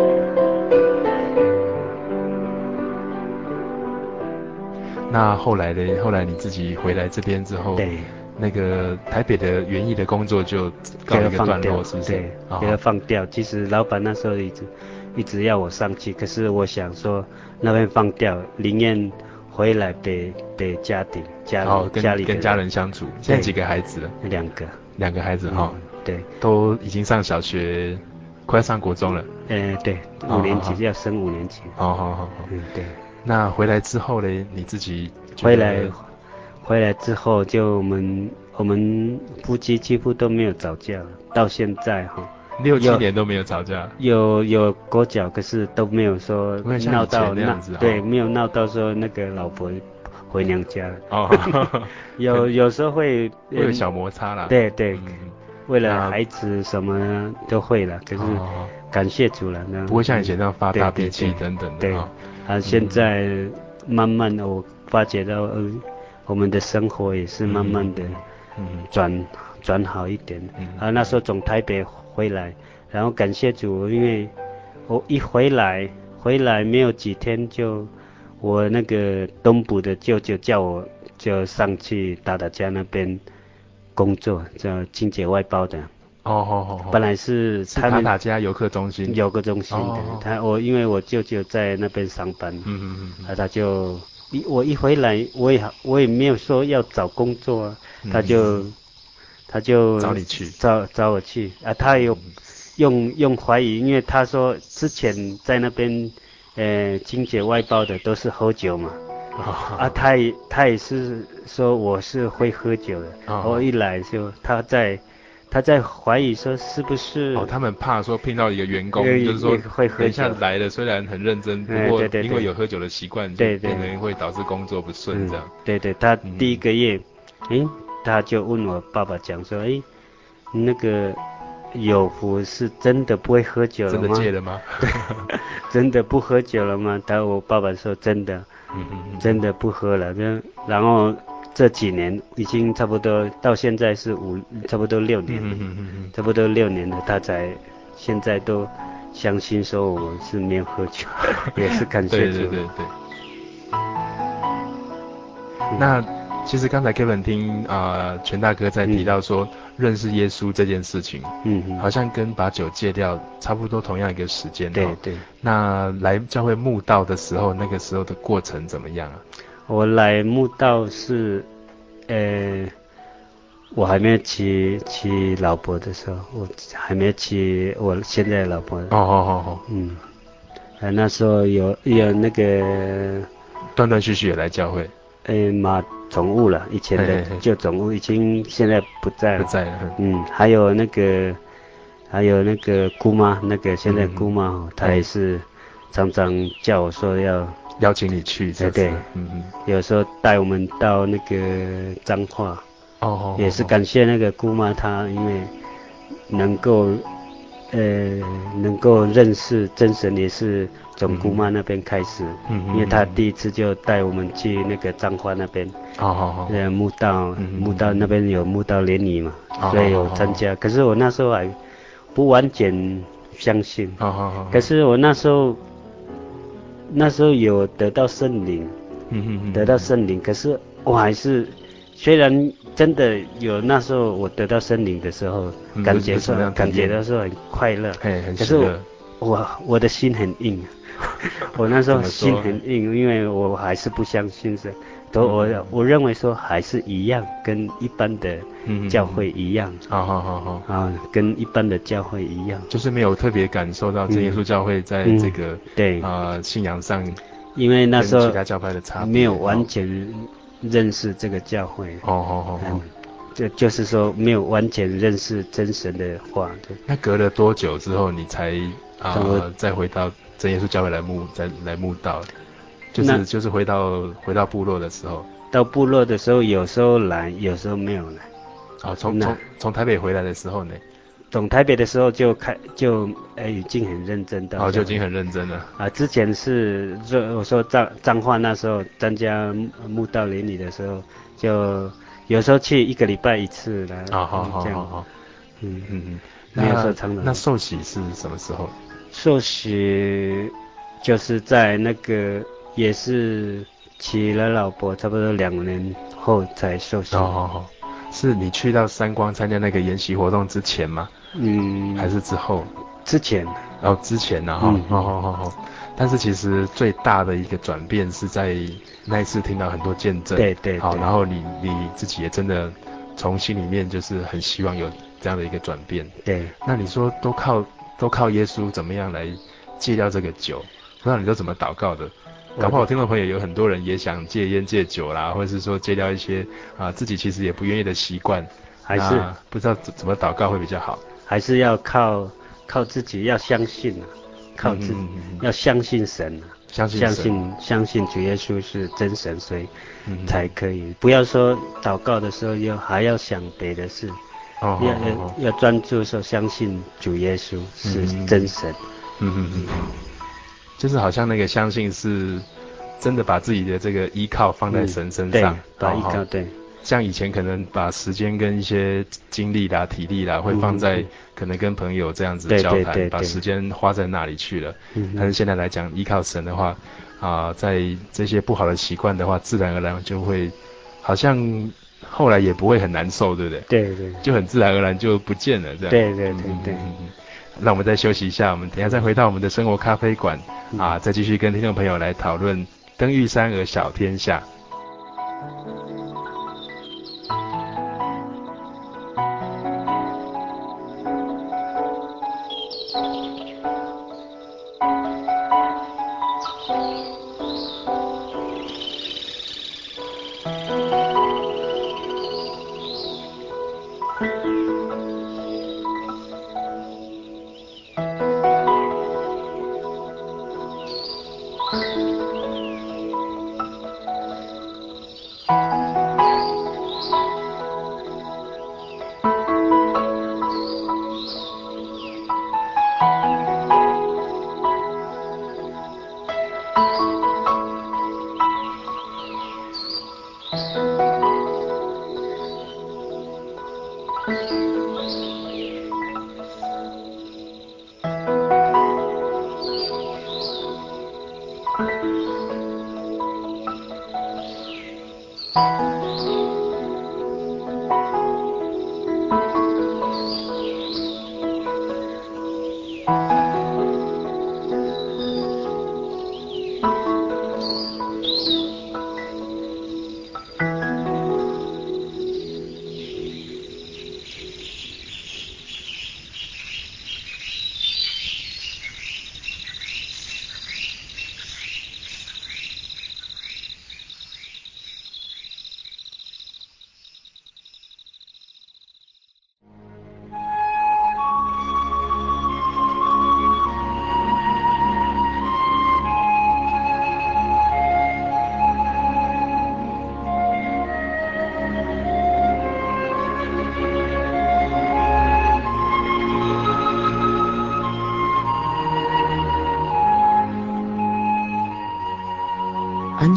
S1: 嗯那后来呢？后来你自己回来这边之后，
S3: 对，
S1: 那个台北的园艺的工作就
S3: 给
S1: 告
S3: 他
S1: 一个
S3: 放
S1: 段
S3: 掉，
S1: 落，是不是？
S3: 对，
S1: 哦
S3: 给他放掉。其实老板那时候一直一直要我上去，可是我想说那边放掉，宁愿回来给给家庭、家
S1: 然后
S3: 人、
S1: 哦跟
S3: 家里的
S1: 跟家人相处。现在几个孩子了？
S3: 两个，
S1: 两个孩子哈、
S3: 嗯，对，
S1: 都已经上小学，快上国中了。
S3: 呃，对，
S1: 哦
S3: 五年
S1: 好好
S3: 级要升五年级，
S1: 好好好好。
S3: 嗯，对。
S1: 那回来之后嘞，你自己觉
S3: 回
S1: 得
S3: 来，回来之后就我们我们夫妻几乎都没有吵架了，到现在哈、
S1: 六七
S3: 有
S1: 年都没有吵架，
S3: 有有裹脚，可是都没有说
S1: 没有像
S3: 闹
S1: 以前
S3: 到
S1: 那
S3: 那
S1: 样子哦哈
S3: 对，没有闹到说那个老婆回娘家了。
S1: 哦，哈哈
S3: <laughs> 有有时候会
S1: 会有
S3: 嗯
S1: 小摩擦啦。
S3: 对对，
S1: 嗯，嗯
S3: 为
S1: 那
S3: 了孩子什么都会了，可是
S1: 哦哦
S3: 感谢主了，那
S1: 不会像以前嗯那样发大
S3: 对对
S1: 脾气
S3: 对
S1: 等等的
S3: 对
S1: 哈。
S3: 啊，现在慢慢地我发觉到，呃，我们的生活也是慢慢的。
S1: 嗯，
S3: 转转好一点
S1: 嗯。
S3: 啊，那时候从台北回来，然后感谢主，因为我一回来，回来没有几天就，我那个东部的舅舅叫我就上去达达家那边工作，叫清洁外包的。
S1: 哦好好好，
S3: 本来是
S1: 是
S3: 他
S1: 塔
S3: 们
S1: 塔家游客中心。
S3: 有个中心的
S1: 哦，
S3: 他我因为我舅舅在那边上班，
S1: 嗯嗯嗯
S3: 啊，他就一我一回来，我也我也没有说要找工作啊，他就、他就
S1: 嗯找你去嗯
S3: 找找我去啊，他有用用怀疑，因为他说之前在那边呃清洁外包的都是喝酒嘛，
S1: 嗯，啊
S3: 啊，他也他也是说我是会喝酒的，
S1: 哦
S3: 我一来就他在他在怀疑说是不是
S1: 哦，他们怕说聘到一个员工，
S3: 也
S1: 就是说
S3: 也会喝
S1: 等一下
S3: 酒
S1: 来了，虽然很认真，不
S3: 哎
S1: 过
S3: 对对
S1: 因
S3: 对
S1: 为有喝酒的习惯，
S3: 对
S1: 就
S3: 对
S1: 可能会导致工作不顺这样。
S3: 嗯对对，他
S1: 嗯
S3: 第一个月，诶，他就问我爸爸讲说，诶，那个有福是真的不会喝酒了
S1: 真
S3: 吗？
S1: 的戒了吗？
S3: 真的不喝酒了吗？他我爸爸说真的，
S1: 嗯嗯嗯
S3: 真的不喝了。然然后这几年已经差不多到现在是五，差不多六年，
S1: 嗯嗯嗯嗯
S3: 差不多六年了，他才现在都相信说我是没有喝
S1: <laughs>
S3: 酒，也是感
S1: 嗯，
S3: 谢
S1: 对
S3: 主。
S1: 对对对。
S3: 嗯
S1: 那其实刚才 Kevin 听啊、呃全大哥在提到说认识耶稣这件事情，
S3: 嗯嗯，
S1: 好像跟把酒戒掉差不多同样一个时间、哦。
S3: 对对。
S1: 那来教会慕道的时候，那个时候的过程怎么样啊？
S3: 我来木道是，呃，我还没有娶娶老婆的时候，我还没有娶我现在的老婆。
S1: 哦哦哦
S3: 嗯，呃，那时候有有那个，
S1: 哦，断断续续也来教会，
S3: 呃，马总务了，以前
S1: 嘿
S3: 的
S1: 嘿嘿
S3: 旧总务已经现在不在
S1: 不
S3: 了。
S1: 在了。嗯
S3: 嗯，还有那个，还有那个姑妈，那个现在
S1: 嗯
S3: 姑妈哦，她也是常常叫我说要，
S1: 邀请你去，是不是
S3: 哎对
S1: 嗯嗯，
S3: 有时候带我们到那个彰化。
S1: 哦哦，
S3: 也是
S1: 哦
S3: 感谢那个姑妈，她因为能够，呃，能够认识真神，也是从姑妈那边开始。
S1: 嗯嗯
S3: 因为她
S1: 嗯
S3: 第一次就带我们去那个彰化那边，
S1: 哦哦哦，
S3: 呃，墓道，
S1: 嗯嗯
S3: 墓道那边有墓道联谊嘛
S1: 哦，
S3: 所以有参加。可是我那时候还不完全相信，
S1: 哦哦哦，
S3: 可是我那时候，那时候有得到圣灵，
S1: 嗯嗯嗯
S3: 得到圣灵，可是我还是，虽然真的有那时候我得到圣灵的时候，
S1: 嗯
S3: 感
S1: 有
S3: 觉
S1: 有什
S3: 说
S1: 么样的
S3: 感
S1: 体验
S3: 觉到说很快乐，
S1: 嘿很喜
S3: 可是
S1: 乐嗯
S3: 我我我的心很硬，
S1: <laughs>
S3: 啊我那时
S1: 怎
S3: 候
S1: 么说
S3: 心很硬，因为我还是不相信神，都我
S1: 嗯
S3: 我认为说还是一样，跟一般的
S1: 嗯嗯嗯
S3: 教会一样
S1: 好好好好，
S3: 啊，跟一般的教会一样，
S1: 哦就是没有特别感受到这耶稣教会在
S3: 嗯
S1: 这个
S3: 对，
S1: 啊信仰上
S3: 因为那
S1: 跟
S3: 时候
S1: 其他教派的差别
S3: 没有
S1: 哦
S3: 完全认识这个教会，
S1: 哦哦哦哦
S3: 嗯，这就是说没有完全认识真神的话，对
S1: 那隔了多久之后，你才啊、
S3: 差不多
S1: 再回到真耶稣教会来墓再来墓道？就
S3: 那
S1: 是就是回到回到部落的时候，
S3: 到部落的时候，有时候来，有时候没有来。
S1: 啊，从
S3: 那
S1: 从从台北回来的时候呢，
S3: 从台北的时候就开就哎已经很认真
S1: 然
S3: 到这样，
S1: 后哦就已经很认真了。
S3: 啊，之前是说我说彰彰化那时候参加墓道典礼的时候，就有时候去一个礼拜一次啦。
S1: 啊，好好
S3: 哎这样
S1: 好好，
S3: 嗯嗯，
S1: 嗯嗯，
S3: 没有
S1: 那
S3: 说长的
S1: 那受洗是什么时候？
S3: 受洗就是在那个也是娶了老婆差不多两年后才受洗。
S1: 哦哦哦，是你去到三光参加那个研习活动之前吗？
S3: 嗯，
S1: 还是之后？
S3: 之前
S1: 哦，之前呢、哈、
S3: 嗯
S1: 哦哦哦哦。但是其实最大的一个转变是在那一次听到很多见证，
S3: 对对
S1: 好，
S3: 对
S1: 然后你你自己也真的从心里面就是很希望有这样的一个转变。
S3: 对。
S1: 那你说都靠都靠耶稣怎么样来戒掉这个酒？那你都怎么祷告的？
S3: 我
S1: 搞不好听众朋友有很多人也想戒烟戒酒啦，或者是说戒掉一些啊、自己其实也不愿意的习惯，
S3: 还是
S1: 那不知道怎怎么祷告会比较好。
S3: 还是要靠靠自己，要相信啊，靠自己、
S1: 嗯嗯嗯嗯
S3: 要相信神啊，
S1: 相信
S3: 相
S1: 神
S3: 信相信主耶稣是真神，所以
S1: 嗯
S3: 才可以。不要说祷告的时候要还要想别的事，
S1: 哦
S3: 要
S1: 哦哦哦
S3: 要要专注说相信主耶稣是
S1: 嗯嗯嗯
S3: 真神。
S1: 嗯嗯嗯，就是好像那个相信是真的把自己的这个依靠放在
S3: 嗯
S1: 神身
S3: 对
S1: 上，，哦
S3: 把
S1: 好
S3: 依
S1: 好
S3: 靠对
S1: 像以前可能把时间跟一些精力啦、体力啦，会放在
S3: 嗯
S1: 可能跟朋友这样子
S3: 对
S1: 交
S3: 对
S1: 谈，
S3: 对
S1: 把
S3: 对
S1: 时间花在那里去了。
S3: 嗯哼
S1: 但是现在来讲，依靠神的话，啊、在这些不好的习惯的话，自然而然就会，好像后来也不会很难受，对不对？
S3: 对对
S1: 就很自然而然就不见了，这样。
S3: 对对
S1: 嗯
S3: 对
S1: 嗯
S3: 对
S1: 嗯嗯嗯那我们再休息一下，我们等一下再回到我们的生活咖啡馆啊，
S3: 嗯
S1: 再继续跟听众朋友来讨论登玉山而小天下。
S7: 安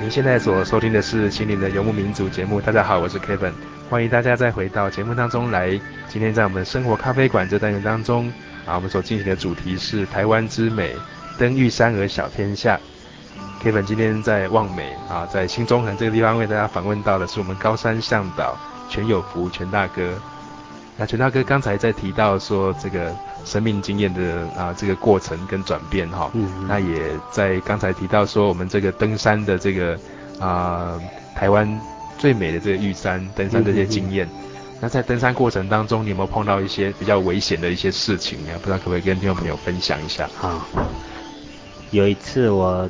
S1: 您现在所收听的是《心灵的游牧民族》节目。大家好，我是 Kevin，欢迎大家再回到节目当中来。今天在我们生活咖啡馆这单元当中，啊，我们所进行的主题是台湾之美，登玉山而小天下。Kevin 今天在望美啊，在新中横这个地方为大家访问到的是我们高山向导全有福全大哥。那全大哥刚才在提到说这个生命经验的啊这个过程跟转变哈、
S3: 嗯嗯
S1: 那也在刚才提到说我们这个登山的这个啊、台湾最美的这个玉山登山这些经验。那在登山过程当中，你有没有碰到一些比较危险的一些事情啊？不知道可不可以跟听众朋友分享一下？
S3: 好，啊有一次我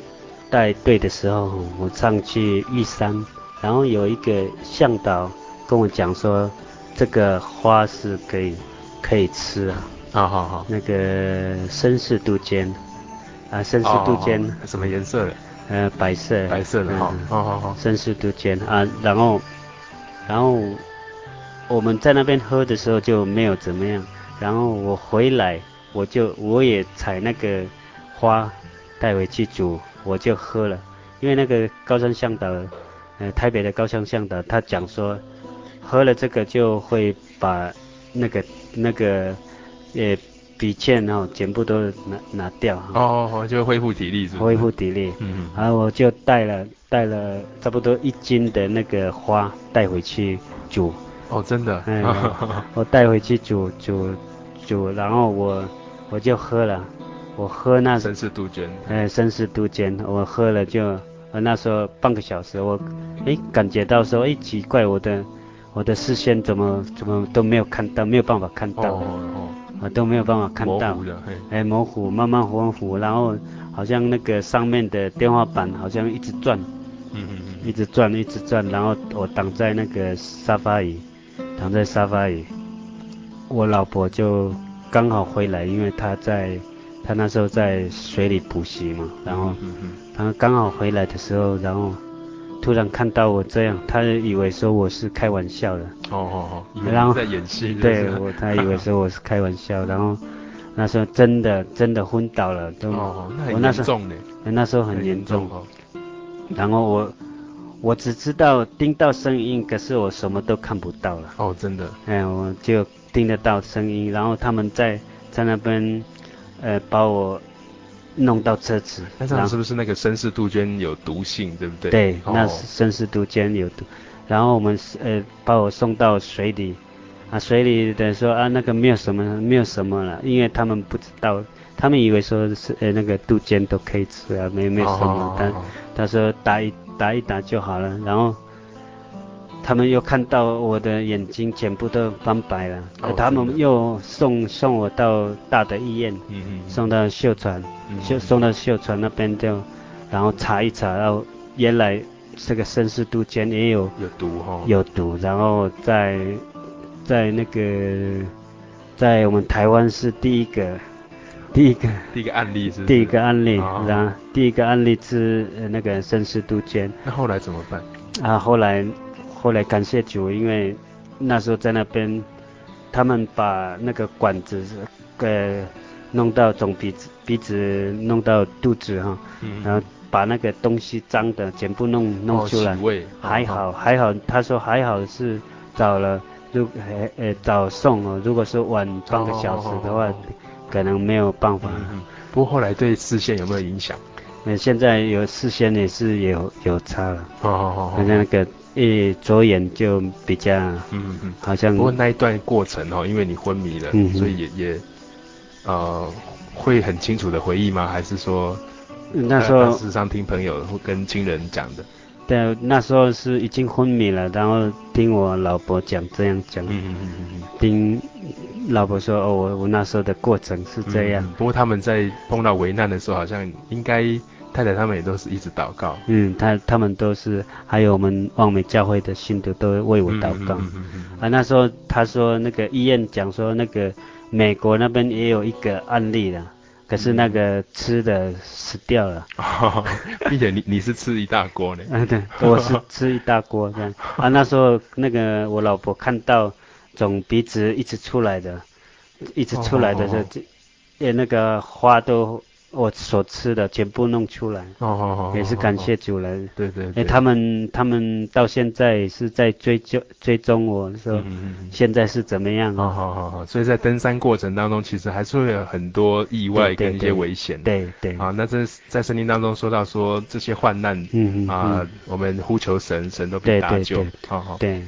S3: 带队的时候，我上去玉山，然后有一个向导跟我讲说，这个花是可以可以吃啊，
S1: 啊，好好。
S3: 那个绅士杜鹃啊，绅士杜鹃，
S1: 哦什么颜色的？
S3: 呃，白色，
S1: 白色的哈
S3: 嗯。
S1: 哦好好。
S3: 绅士杜鹃啊，然后，然后我们在那边喝的时候就没有怎么样，然后我回来我就我也采那个花带回去煮，我就喝了，因为那个高山向导，呃，台北的高山向导他讲说，喝了这个就会把那个那个呃笔剑哦全部都拿拿掉哈，
S1: 哦哦哦，就会恢复体力是不是？
S3: 恢复。体力。
S1: 嗯嗯。
S3: 然后我就带了带了差不多一斤的那个花带回去煮，
S1: 哦，真的。
S3: 哎
S1: <laughs>
S3: 呀我带回去煮煮煮，然后我我就喝了，我喝那
S1: 绅士杜鹃。
S3: 呃绅士杜鹃，我喝了就我那时候半个小时，我诶感觉到说诶奇怪我的我的视线怎么怎么都没有看到，没有办法看
S1: 哦
S3: 到，
S1: 哦
S3: 我都没有办法
S1: 哦，
S3: 看
S1: 模
S3: 到
S1: 糊，的，嘿。
S3: 哎，模糊，慢慢模糊，然后好像那个上面的电话板好像一直转，
S1: 嗯嗯
S3: 一直转，一直转，然后我躺在那个沙发椅，躺在沙发椅，我老婆就刚好回来，因为她在，她那时候在水里补习嘛，然后
S1: 嗯嗯
S3: 她刚好回来的时候，然后突然看到我这样，她以为说我是开玩笑的，
S1: 嗯。哦哦哦。以为
S3: 然后
S1: 在演戏。是
S3: 对
S1: 不是
S3: 我，她以为说我是开玩笑，然后那时候真的真的昏倒了，都、
S1: 哦哦，那
S3: 我
S1: 很
S3: 那
S1: 严
S3: 时候
S1: 重呢。
S3: 那时候很严重。
S1: 哦。
S3: 然后我我只知道听到声音，可是我什么都看不到了。
S1: 哦，真的。
S3: 哎，我就听得到声音，然后他们在在那边，呃，把我弄到车子。
S1: 那这样
S3: 然
S1: 是不是那个绅士杜鹃有毒性，对不对？
S3: 对，
S1: 哦
S3: 那是绅士毒间有毒。然后我们是呃把我送到水里，啊，水里的说啊那个没有什么没有什么了，因为他们不知道，他们以为说是呃那个杜鹃都可以吃啊，没没什么
S1: 哦，
S3: 但
S1: 哦哦
S3: 他说打一打一打就好了，然后他们又看到我的眼睛全部都翻白了，
S1: 哦
S3: 他
S1: 真
S3: 们
S1: 的
S3: 又送送我到大的医院，
S1: 嗯嗯嗯。
S3: 送到秀传，
S1: 嗯
S3: 秀送到秀传那边就，然后查一查，然后原来这个绅士杜鹃也有
S1: 有毒哈。。
S3: 有毒，然后在在那个在我们台湾是第一个第一个
S1: 第一个案例是不是。
S3: 第一个。案例
S1: 哦，
S3: 然后第一个案例是呃那个绅士杜鹃。
S1: 那后来怎么办？
S3: 啊，后来后来感谢主，因为那时候在那边，他们把那个管子呃弄到从鼻子鼻子弄到肚子哈，
S1: 嗯
S3: 然后把那个东西脏的全部弄弄出来
S1: 哦、，洗胃。
S3: 还
S1: 哦。
S3: 好还好，他说还好是找了，如呃呃早送哦，如果说晚半个小时的
S1: 哦
S3: 话，
S1: 哦哦
S3: 可能没有办法。
S1: 嗯嗯。不过后来对视线有没有影响？
S3: 那、现在有事先也是有有差了。
S1: 哦哦哦
S3: 好像那个一左眼就比较
S1: 嗯嗯
S3: 好
S1: 嗯。
S3: 像
S1: 不过那一段过程哦，因为你昏迷了，
S3: 嗯哼
S1: 所以也也呃会很清楚的回忆吗？还是说
S3: 那时
S1: 但
S3: 候
S1: 事实上听朋友或跟亲人讲的，
S3: 对，那时候是已经昏迷了，然后听我老婆讲这样讲，
S1: 嗯嗯嗯嗯嗯，
S3: 听老婆说哦，我我那时候的过程是
S1: 嗯
S3: 这样，
S1: 嗯不过他们在碰到危难的时候，好像应该太太他们也都是一直祷告，
S3: 嗯，他他们都是，还有我们望美教会的信徒都为我祷告。
S1: 嗯嗯嗯嗯嗯
S3: 啊，那时候他说那个医院讲说那个美国那边也有一个案例了，可是那个吃的死掉了。
S1: 哦， <laughs> 并且你你是吃一大锅呢，
S3: 嗯，对，
S1: <laughs>
S3: 我是吃一大锅这样。啊，那时候那个我老婆看到从鼻子一直出来的，一直出来的
S1: 哦
S3: 这这，也那个花都我所吃的全部弄出来，
S1: 哦哦哦，哦
S3: 也是感谢主人。
S1: 对，对对
S3: 哎，他们他们到现在是在追究追踪我说
S1: 嗯嗯嗯哦
S3: 现在是怎么样
S1: 好
S3: 啊？
S1: 好好好，所以在登山过程当中，其实还是会有很多意外
S3: 对对
S1: 跟一些危险。
S3: 对对，
S1: 啊，那这是在圣经当中说到说这些患难
S3: 嗯嗯
S1: 啊
S3: 嗯，
S1: 我们呼求神，神都必
S3: 对
S1: 搭
S3: 对
S1: 救
S3: 对。
S1: 好好，
S3: 对，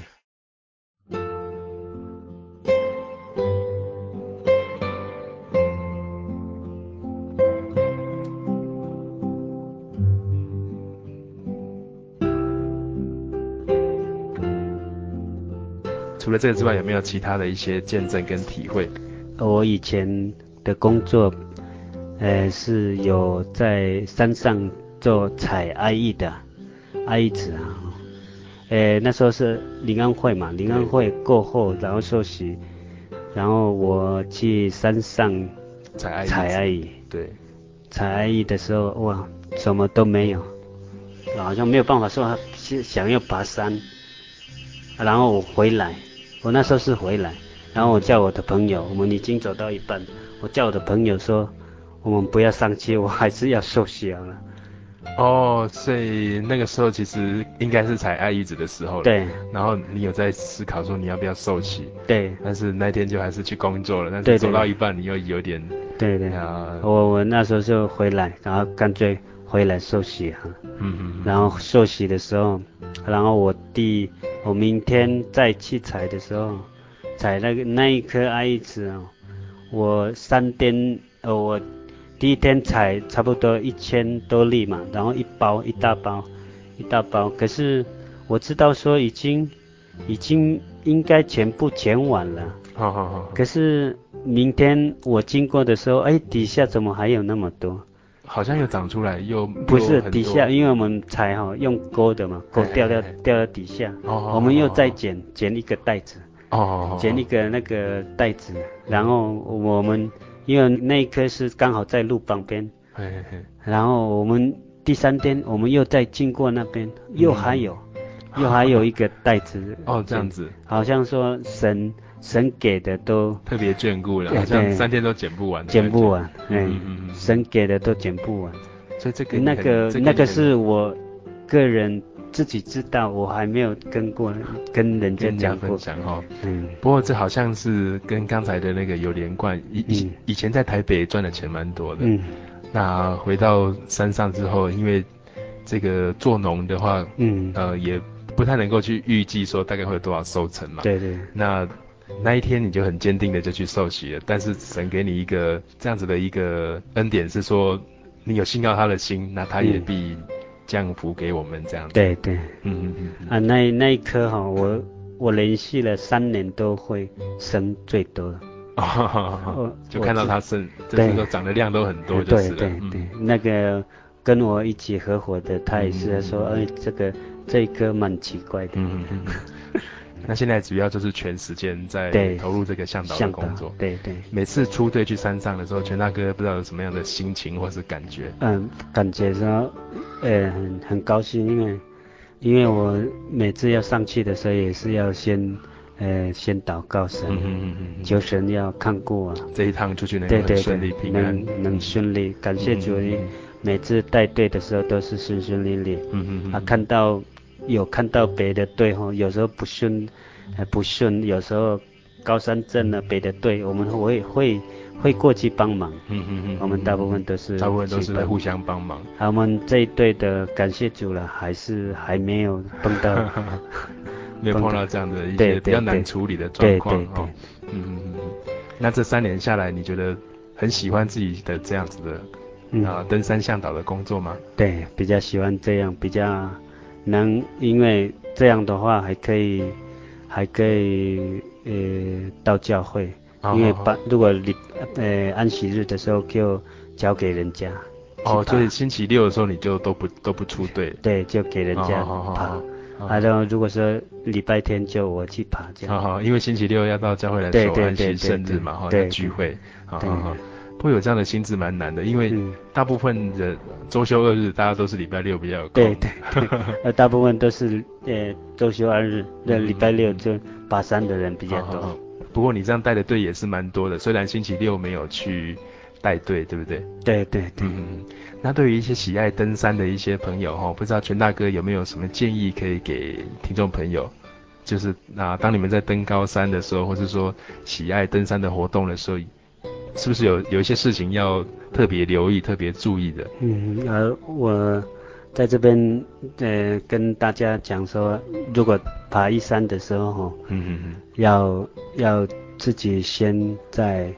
S1: 除了这个之外，有没有其他的一些见证跟体会？
S3: 我以前的工作，呃，是有在山上做采艾叶的，艾叶子啊，呃，那时候是临安会嘛，临安会过后，然后休息，然后我去山上
S1: 采爱，
S3: 采艾叶。
S1: 对，
S3: 采艾叶的时候，哇，什么都没有，好像没有办法说是想要爬山。然后我回来，我那时候是回来，然后我叫我的朋友，我们已经走到一半，我叫我的朋友说，我们不要上去，我还是要休息好了。
S1: 哦，所以那个时候其实应该是采爱一子的时候了。。
S3: 对
S1: 然后你有在思考说你要不要受洗，
S3: 对
S1: 但是那天就还是去工作了，但
S3: 对
S1: 是
S3: 对
S1: 走到一半你又有点
S3: 对对，
S1: 啊，
S3: 我我那时候就回来，然后干脆回来休息哈、
S1: 嗯嗯嗯，
S3: 然后休息的时候，然后我弟，我明天再去采的时候，采那个那一颗艾子哦，我三天，呃，我第一天采差不多一千多粒嘛，然后一包一大包，一大包，可是我知道说已经已经应该全部剪完了，
S1: 好好好，
S3: 可是明天我经过的时候，哎，底下怎么还有那么多？
S1: 好像又长出来，又
S3: 不是
S1: 又很
S3: 底
S1: 多
S3: 下，因为我们采哈、用钩的嘛，钩
S1: 哎哎
S3: 掉到
S1: 哎
S3: 掉到底下，
S1: 哦
S3: 我们又再
S1: 哦
S3: 剪剪一个袋子，
S1: 哦，
S3: 剪一个那个袋子，然后我们因为那一颗是刚好在路旁边，
S1: 嘿嘿嘿，
S3: 然后我们第三天我们又再经过那边，又还有、又还有一个袋子
S1: 哦，这样，子
S3: 好像说神神给的都
S1: 特别眷顾了，
S3: 对
S1: 好像
S3: 对
S1: 三天都剪不完，
S3: 剪不，完，哎
S1: 嗯嗯嗯，
S3: 神给的都剪不完。
S1: 所以这个
S3: 那
S1: 很
S3: 个
S1: 这
S3: 那个
S1: 也很
S3: 是我个人自己知道，我还没有跟过跟人家
S1: 跟大家
S3: 讲过
S1: 分。享哦。
S3: 嗯，
S1: 不过这好像是跟刚才的那个有连贯，以以
S3: 嗯
S1: 以前在台北赚的钱蛮多的，
S3: 嗯，
S1: 那回到山上之后，因为这个做农的话，
S3: 嗯，
S1: 呃，也不太能够去预计说大概会有多少收成嘛，
S3: 对对，
S1: 那那一天你就很坚定的就去受洗了，但是神给你一个这样子的一个恩典，是说你有信靠他的心，那他也
S3: 嗯
S1: 必降福给我们这样子。
S3: 对对
S1: 嗯，嗯嗯嗯，
S3: 啊，那那一颗哈、我我连续了三年都会生最多，
S1: 哦
S3: <laughs> 我，
S1: 就看到他生，就
S3: 对
S1: 是说长的量都很多
S3: 对
S1: 就是
S3: 对
S1: 了。
S3: 对
S1: 嗯，
S3: 那个跟我一起合伙的，他也是说，哎，这个这一颗蛮奇怪的，
S1: 嗯嗯嗯嗯。那现在主要就是全时间在
S3: 对
S1: 投入这个向导的
S3: 像的
S1: 工作，。
S3: 对对，
S1: 每次出队去山上的时候，全大哥不知道有什么样的心情或是感觉。
S3: 嗯，感觉说，呃，很很高兴，因为因为我每次要上去的时候，也是要先，呃，先祷告神，
S1: 嗯嗯嗯嗯嗯，
S3: 求神要看顾我，
S1: 这一趟出去能够
S3: 对
S1: 很
S3: 对
S1: 顺利
S3: 对，
S1: 平安。
S3: 能能顺利，感谢主，
S1: 嗯嗯嗯
S3: 每次带队的时候都是顺顺利利，
S1: 嗯嗯嗯
S3: 啊，看到有看到别的队吼，有时候不顺，呃，不顺，有时候高山镇啊，别的队，我们会会会过去帮忙，
S1: 嗯嗯嗯，
S3: 我们大部分都是
S1: 大部分都
S3: 去
S1: 是
S3: 帮
S1: 在互相帮忙。。
S3: 他们这一队的感谢主了，还是还没有碰到
S1: <laughs> 没有碰到这样的一些
S3: 对对
S1: 比较难
S3: 对
S1: 处理的状
S3: 对
S1: 况
S3: 对
S1: 哦
S3: 对，。
S1: 嗯嗯嗯嗯。那这三年下来，你觉得很喜欢自己的这样子的
S3: 嗯
S1: 啊、登山向导的工作吗？
S3: 对，比较喜欢这样，比较能，因为这样的话还可以，还可以呃到教会，
S1: 哦
S3: 因为
S1: 哦哦
S3: 把如果你呃安息日的时候就交给人家，
S1: 哦，
S3: 去
S1: 所以
S3: 爬
S1: 星期六的时候你就都不都不出队，
S3: 对，就给人家
S1: 哦哦哦
S3: 爬，
S1: 哦哦
S3: 啊，然后如果说礼拜天就我去爬这样，
S1: 好好，哦因为星期六要到教会来
S3: 对
S1: 守
S3: 对
S1: 安息
S3: 对对
S1: 生日嘛，
S3: 对
S1: 哈，
S3: 对
S1: 要聚会，好
S3: 对
S1: 好好。不过有这样的心智蛮难的，因为
S3: 嗯，
S1: 大部分的周休二日大家都是礼拜六比较有空，
S3: 对对那大部分都是呃周休二日，那礼拜六就爬山的人比较
S1: 好嗯好好
S3: 多，
S1: 不过你这样带的队也是蛮多的，虽然星期六没有去带队，对不对？
S3: 对对对。
S1: 嗯嗯嗯。那对于一些喜爱登山的一些朋友哈，不知道全大哥有没有什么建议可以给听众朋友？就是啊，当你们在登高山的时候，或是说喜爱登山的活动的时候，是不是有有一些事情要特别留意、特别注意的？
S3: 嗯，而我在这边呃跟大家讲说，如果爬一山的时候吼，
S1: 嗯嗯
S3: 要要自己先在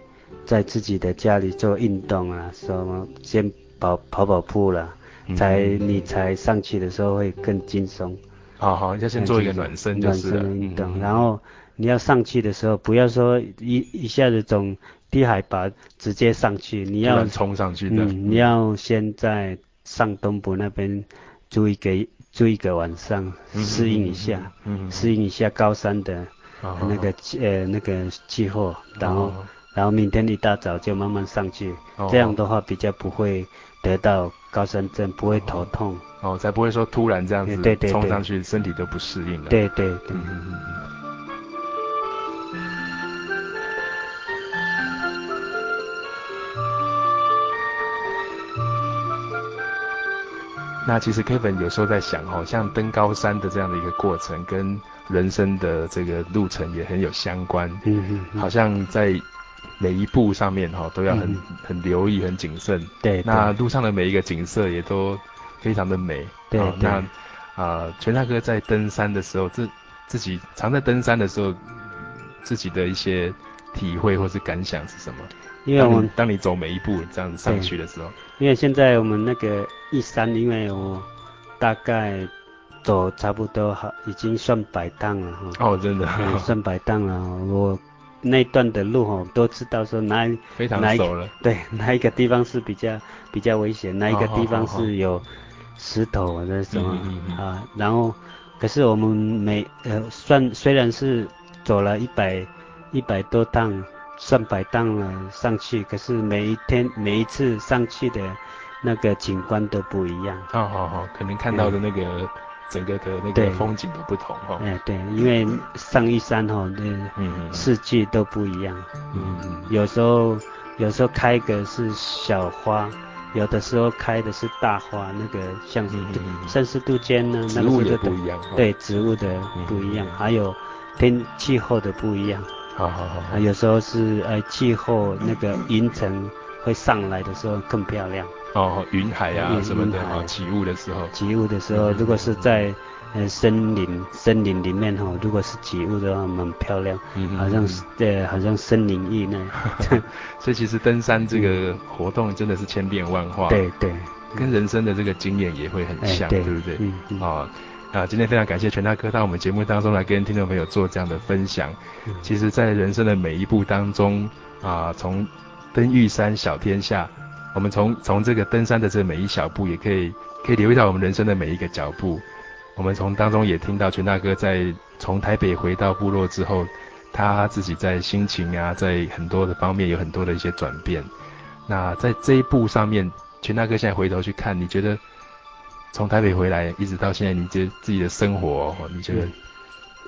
S3: 在自己的家里做运动啊，什么先跑跑跑步啦，
S1: 嗯
S3: 才你才上去的时候会更轻松。
S1: 嗯，好好，要先做一个暖身就
S3: 暖
S1: 是
S3: 身
S1: 了。
S3: 的运
S1: 嗯嗯
S3: 动，然后你要上去的时候，不要说一一下子从低海拔直接上去，你
S1: 突
S3: 要
S1: 然冲上去的，
S3: 嗯，你要先在上东部那边住一个住一个晚上，
S1: 嗯
S3: 适应一下，，
S1: 嗯嗯嗯嗯嗯哦
S3: 适应一下高山的
S1: 好好
S3: 那个气呃那个气候，然后
S1: 好
S3: 然后明天一大早就慢慢上去，
S1: 好
S3: 这样
S1: 哦
S3: 的话比较不会得到高山症，不会头痛。
S1: 哦，才不会说突然这样子
S3: 对对对
S1: 冲上去，身体都不适应了。
S3: 对对对
S1: 嗯，嗯嗯嗯。那其实 Kevin 有时候在想哦，像登高山的这样的一个过程，跟人生的这个路程也很有相关。
S3: 嗯嗯嗯，
S1: 好像在每一步上面哈、都要很、
S3: 嗯
S1: 很留意、很谨慎。
S3: 对，对
S1: 那路上的每一个景色也都非常的美。
S3: 对
S1: 啊
S3: 对
S1: 那啊、全大哥在登山的时候，自自己常在登山的时候，自己的一些体会或是感想是什么？
S3: 因为我
S1: 当你
S3: 们
S1: 当你走每一步这样上去的时候，
S3: 因为现在我们那个一山，因为我大概走差不多好，已经算百趟了哈。
S1: 哦，真的、
S3: 嗯，算百档了哦。我那一段的路哦，都知道说哪一
S1: 非常
S3: 哪一
S1: 熟了。
S3: 对 <laughs> 哪一个地方是比较比较危险，哪一个地方是有石头或者什么
S1: 嗯嗯嗯嗯
S3: 啊。然后，可是我们每呃算虽然是走了一百一百多趟，算百档了上去，可是每一天每一次上去的那个景观都不一样。
S1: 哦，好好，可能看到的那个整个的那个
S3: 对
S1: 风景都不同哈、哦。
S3: 哎，对，因为上一山哦，那
S1: 嗯嗯，
S3: 视距都不一样。
S1: 嗯嗯
S3: 有时候有时候开个是小花，有的时候开的是大花，那个像
S1: 嗯嗯嗯
S3: 像是杜鹃呢，那
S1: 植
S3: 个
S1: 物
S3: 是
S1: 也
S3: 不
S1: 不一样。哦
S3: 对，植物的不一
S1: 嗯
S3: 样，还有天气候的不一样，
S1: 好好好好
S3: 啊，。有时候是呃气候那个云层会上来的时候更漂亮，
S1: 哦，云海啊
S3: 云
S1: 什么的
S3: 云海
S1: 哦，起雾的时候，
S3: 起雾的时候如果是在呃森林森林里面哈、如果是起雾的话，很漂亮，
S1: 嗯
S3: 好像是呃好像森林
S1: <laughs>
S3: 浴那样，
S1: 所以其实登山这个活动真的是千变万化，，
S3: 嗯对对，
S1: 跟人生的这个经验也会很
S3: 哎
S1: 像，
S3: 对
S1: 不对？
S3: 嗯嗯
S1: 哦，啊，今天非常感谢全大哥到我们节目当中来跟听众朋友做这样的分享。
S3: 嗯
S1: 其实，在人生的每一步当中，啊，从登玉山小天下，我们从从这个登山的这每一小步，也可以可以留意到我们人生的每一个脚步。我们从当中也听到全大哥在从台北回到部落之后，他自己在心情啊，在很多的方面有很多的一些转变。那在这一步上面，全大哥现在回头去看，你觉得从台北回来一直到现在，你觉得自己的生活，哦你觉得
S3: 嗯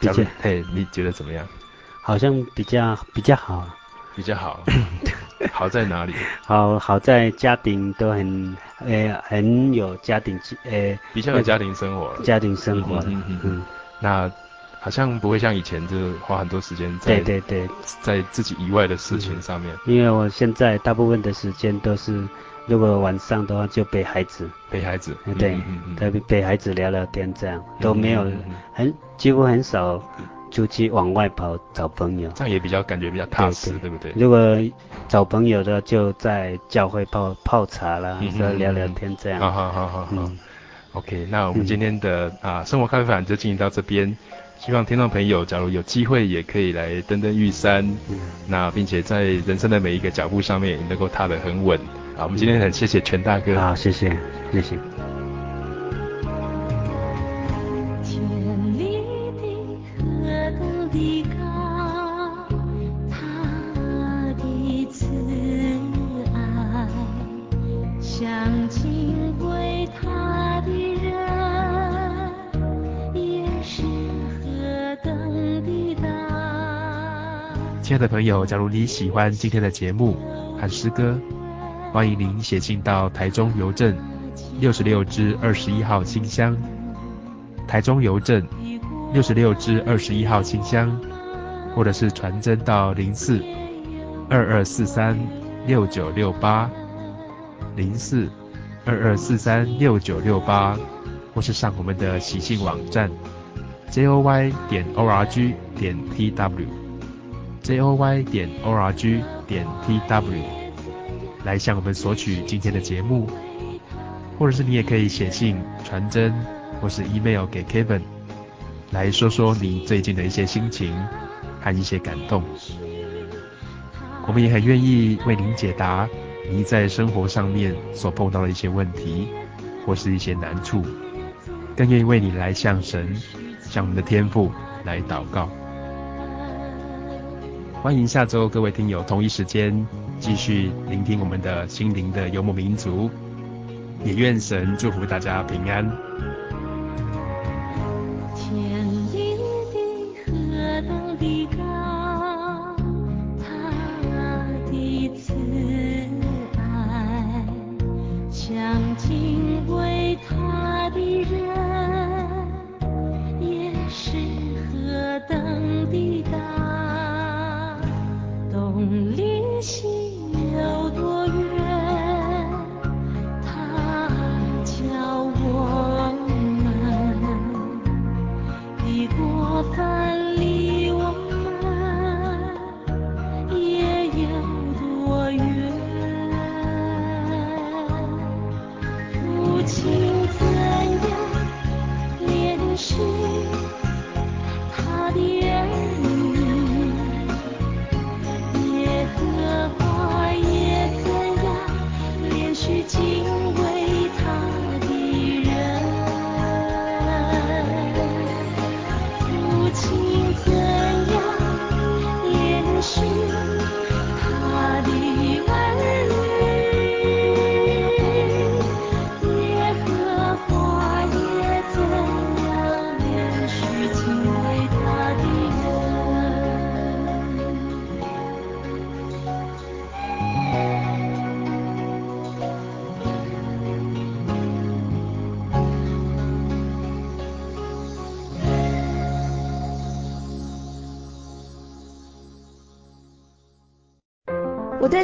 S1: 假如
S3: 比较
S1: 嘿，你觉得怎么样？
S3: 好像比较比较好，
S1: 比较好，好在哪里？
S3: 好好在家庭都很呃很有家庭气呃
S1: 比较有家庭生活了。
S3: 家庭生活了
S1: 嗯嗯嗯嗯
S3: 嗯，
S1: 那好像不会像以前，就是花很多时间在
S3: 对对对，
S1: 在自己以外的事情上面，
S3: 因为我现在大部分的时间都是，如果晚上的话就陪孩子，
S1: 陪孩子。
S3: 呃对
S1: 嗯嗯嗯，嗯嗯
S3: 陪陪孩子聊聊天这样，都没有
S1: 嗯嗯嗯嗯
S3: 很几乎很少出去往外跑找朋友。
S1: 这样也比较感觉比较踏实，对不对？
S3: 如果找朋友的，就在教会泡泡茶啦，
S1: 嗯嗯
S3: 就聊
S1: 嗯
S3: 聊
S1: 嗯
S3: 天这样。
S1: 好好好好好
S3: 嗯。
S1: OK，那我们
S3: 嗯
S1: 今天的啊生活咖啡馆就进行到这边。希望听众朋友，假如有机会，也可以来登登玉山，
S3: 嗯
S1: 那并且在人生的每一个脚步上面也能够踏得很稳。啊，我们今天很谢谢全大哥。
S3: 嗯好，谢谢，谢谢。
S2: 泉里的河的离高，他的慈爱，想敬畏他的人，也是何等的大。
S1: 亲爱的朋友，假如你喜欢今天的节目和诗歌，欢迎您写信到台中邮政六十六支二十一号信箱，台中邮政六十六支二十一号信箱，或者是传真到零四二二四三六九六八零四二二四三六九六八，或是上我们的喜信网站 j o y 点 o r g 点 t w。j o y 点 o r g 点 t w 来向我们索取今天的节目，或者是你也可以写信、传真或是 email 给 Kevin，来说说你最近的一些心情和一些感动。我们也很愿意为您解答您在生活上面所碰到的一些问题或是一些难处，更愿意为你来向神、向我们的天父来祷告。欢迎下周各位听友同一时间继续聆听我们的心灵的游牧民族，也愿神祝福大家平安。
S2: 田里的何等的高，他的慈爱，想敬畏他的人，也是何等的大。东离西有多远？他教我们。的过分离我们也有多远？父亲怎样怜恤他的儿女，耶和华也怎样怜恤敬畏他的人。父亲怎样怜恤他的儿女，耶和华也怎样怜恤敬畏他的人。
S8: 我对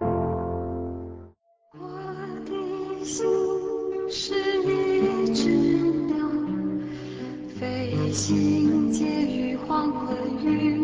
S2: 我的心是一只鸟，飞行介于黄昏与